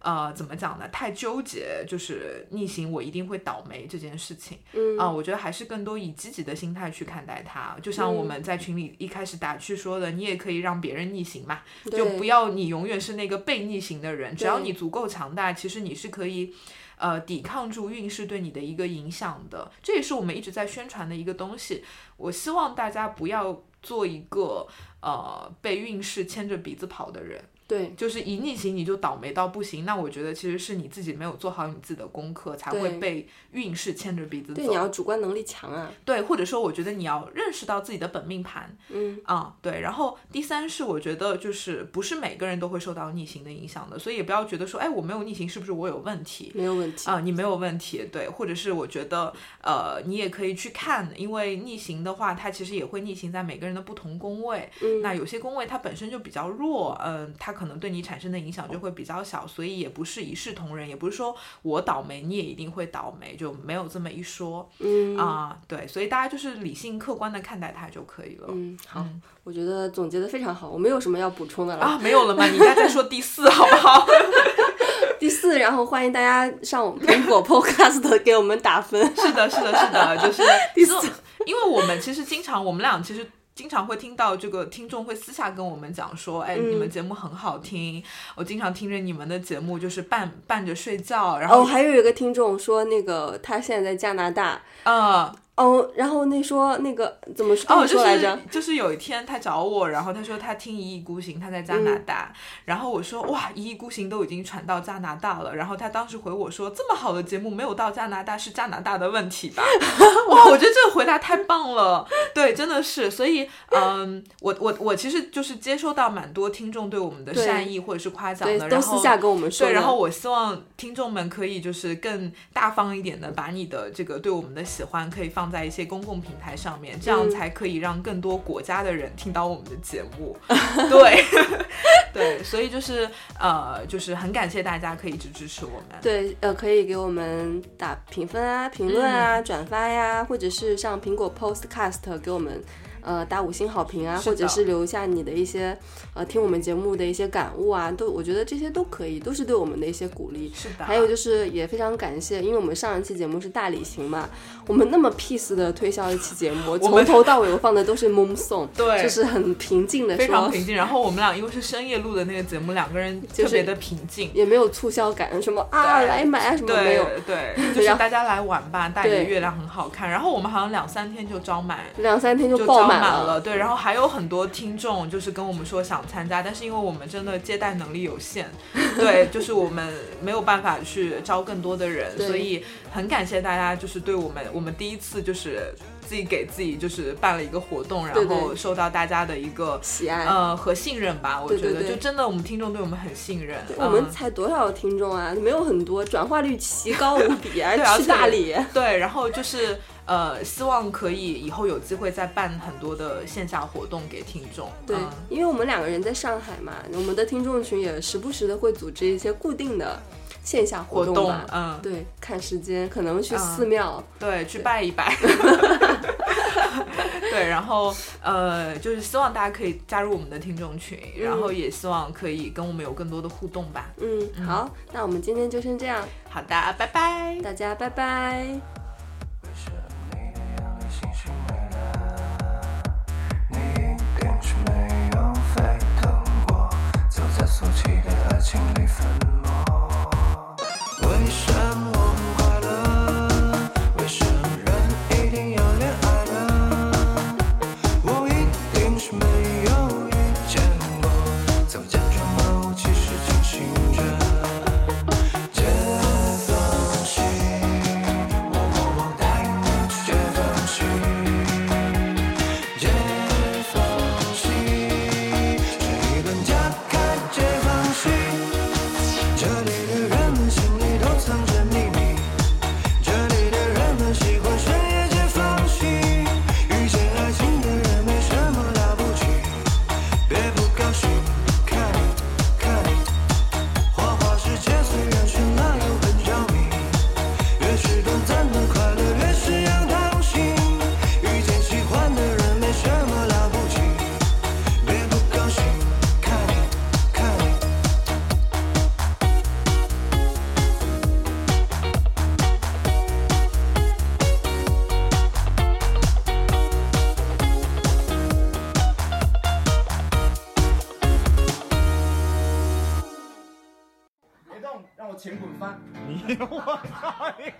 [SPEAKER 1] 呃，怎么讲呢？太纠结，就是逆行，我一定会倒霉这件事情。
[SPEAKER 2] 嗯
[SPEAKER 1] 啊、我觉得还是更多以积极的心态去看待它。就像
[SPEAKER 2] 嗯
[SPEAKER 1] 我们在群里一开始打趣说的，你也可以让别人逆行嘛，就
[SPEAKER 2] 对
[SPEAKER 1] 不要你永远是那个被逆行的人。只要
[SPEAKER 2] 对
[SPEAKER 1] 你足够强大，其实你是可以。呃，抵抗住运势对你的一个影响的，这也是我们一直在宣传的一个东西。我希望大家不要做一个呃被运势牵着鼻子跑的人，
[SPEAKER 2] 对
[SPEAKER 1] 就是一逆行你就倒霉到不行。那我觉得其实是你自己没有做好你自己的功课，才会
[SPEAKER 2] 对
[SPEAKER 1] 被运势牵着鼻子走。
[SPEAKER 2] 对，你要主观能力强啊。
[SPEAKER 1] 对，或者说我觉得你要认识到自己的本命盘，
[SPEAKER 2] 嗯
[SPEAKER 1] 啊、对。然后第三是我觉得就是不是每个人都会受到逆行的影响的，所以也不要觉得说，哎，我没有逆行是不是我有问题？
[SPEAKER 2] 没有问题。
[SPEAKER 1] 啊、你没有问题，对，或者是我觉得，呃，你也可以去看，因为逆行的话，它其实也会逆行在每个人的不同宫位。那有些宫位它本身就比较弱，嗯、它可能对你产生的影响就会比较小，所以也不是一视同仁，也不是说我倒霉你也一定会倒霉，就没有这么一说。嗯啊、对，所以大家就是理性客观的看待它就可以了。
[SPEAKER 2] 嗯，好，我觉得总结的非常好，我没有什么要补充的了。
[SPEAKER 1] 啊，没有了吗？你应该再说第四，好不好？
[SPEAKER 2] 第四，然后欢迎大家上我们苹果 Podcast 给我们打 分。
[SPEAKER 1] 是的，是的，是的，就是
[SPEAKER 2] 第
[SPEAKER 1] 因为
[SPEAKER 2] 四
[SPEAKER 1] 因为我们其实经常，我们俩其实。经常会听到这个听众会私下跟我们讲说，哎，你们节目很好听，我经常听着你们的节目就是伴伴着睡觉，然
[SPEAKER 2] 哦，
[SPEAKER 1] 后、
[SPEAKER 2] 还有一个听众说，那个他现在在加拿大，
[SPEAKER 1] 呃
[SPEAKER 2] 哦，然后那说那个怎么说、
[SPEAKER 1] 哦，
[SPEAKER 2] 说
[SPEAKER 1] 就
[SPEAKER 2] 来着
[SPEAKER 1] 是？就是有一天他找我，然后他说他听《一意孤行》，他在
[SPEAKER 2] 嗯
[SPEAKER 1] 加拿大，然后我说哇，《一意孤行》都已经传到加拿大了，然后他当时回我说这么好的节目没有到加拿大是加拿大的问 题吧？哇，我觉得这个回答太棒了，对，真的是，所以嗯，我我我其实就是接收到蛮多听众对我们的
[SPEAKER 2] 对
[SPEAKER 1] 善意或者是夸奖
[SPEAKER 2] 对
[SPEAKER 1] 的，，
[SPEAKER 2] 都
[SPEAKER 1] 然
[SPEAKER 2] 私
[SPEAKER 1] 后。
[SPEAKER 2] 下跟我们说
[SPEAKER 1] 对，
[SPEAKER 2] 的。
[SPEAKER 1] 然后我希望听众们可以就是更大方一点的，把你的这个对我们的喜欢可以放在一些公共平台上面，这样
[SPEAKER 2] 嗯
[SPEAKER 1] 才可以让更多国家的人听到我们的节目。 对，对，所以就是呃，就是很感谢大家可以一直支持我们。
[SPEAKER 2] 对，呃，可以给我们打评分啊、评论
[SPEAKER 1] 嗯
[SPEAKER 2] 啊、转发呀、或者是上苹果 Podcast 给我们呃打五星好评啊，
[SPEAKER 1] 是的
[SPEAKER 2] 或者是留下你的一些呃听我们节目的一些感悟啊，都我觉得这些都可以，都是对我们的一些鼓励。
[SPEAKER 1] 是的，
[SPEAKER 2] 还有就是也非常感谢，因为我们上一期节目是大理行嘛，我们那么 peace 的推销一期节 目，
[SPEAKER 1] 们
[SPEAKER 2] 从头到尾我放的都是 moon song，
[SPEAKER 1] 对
[SPEAKER 2] 就是很平静的
[SPEAKER 1] 非常
[SPEAKER 2] 说，
[SPEAKER 1] 平静。然后我们俩因为是深夜录的那个节目，两个人
[SPEAKER 2] 就是
[SPEAKER 1] 特别的平静。
[SPEAKER 2] 也没有促销感，什么啊
[SPEAKER 1] 对
[SPEAKER 2] 来买啊什么没
[SPEAKER 1] 对
[SPEAKER 2] 有，
[SPEAKER 1] 对，就是
[SPEAKER 2] 然后
[SPEAKER 1] 大家来玩吧，大理的
[SPEAKER 2] 对
[SPEAKER 1] 月亮很好看。然后我们好像两三天就招满
[SPEAKER 2] 两三天就
[SPEAKER 1] 就
[SPEAKER 2] 爆
[SPEAKER 1] 满
[SPEAKER 2] 了。
[SPEAKER 1] 了，对，然后还有很多听众就是跟我们说想参加，但是因为我们真的接待能力 有限，对，就是我们没有办法去招更多的人，
[SPEAKER 2] 对
[SPEAKER 1] 所以很感谢大家，就是对我们，我们第一次就是自己给自己就是办了一个活动，然
[SPEAKER 2] 对对
[SPEAKER 1] 后受到大家的一个
[SPEAKER 2] 喜爱。
[SPEAKER 1] 呃和信任吧，我
[SPEAKER 2] 对
[SPEAKER 1] 觉得
[SPEAKER 2] 对对
[SPEAKER 1] 就真的我们听众对我们很信任，
[SPEAKER 2] 我们
[SPEAKER 1] 嗯
[SPEAKER 2] 才多少听众啊？没有很多，转化率奇高无比啊！
[SPEAKER 1] 对而
[SPEAKER 2] 去
[SPEAKER 1] 且
[SPEAKER 2] 大理，
[SPEAKER 1] 对，然后就是呃，希望可以以后有机会再办很多的线下活动给听众，
[SPEAKER 2] 对
[SPEAKER 1] 嗯，
[SPEAKER 2] 因为我们两个人在上海嘛，我们的听众群也时不时的会组织一些固定的线下
[SPEAKER 1] 活
[SPEAKER 2] 活
[SPEAKER 1] 动
[SPEAKER 2] 吧。，
[SPEAKER 1] 嗯，
[SPEAKER 2] 对，看时间，可能去
[SPEAKER 1] 嗯
[SPEAKER 2] 寺庙，
[SPEAKER 1] 对，去拜一拜。对，然后呃，就是希望大家可以加入我们的听众群，然后也希望可以跟我们有更多的互动吧。
[SPEAKER 2] 嗯，好，那我们今天就先这样，
[SPEAKER 1] 好的，拜拜。
[SPEAKER 2] 大家拜拜。
[SPEAKER 3] 是你的眼里星星没了，你一定是没有沸腾过，走在俗气的爱情里粉末。为什么不快乐？为什么人一定要恋爱呢？我一定是没有遇见过，怎么假装若无其事清醒着，解放西。带你去解放西，解放西，这一本打开解放西，这里的人们心里都藏着秘密，这里的人们喜欢深夜解放西，遇见爱情的人没什么了不起，别不高兴，看你，看你，花花世界虽然绚烂又很着迷。越是短暂的快乐，越是要当心。遇见喜欢的人没什么了不起，别不高兴，看你，看你。
[SPEAKER 4] 别动，让我钱滚翻。
[SPEAKER 5] 你我操你！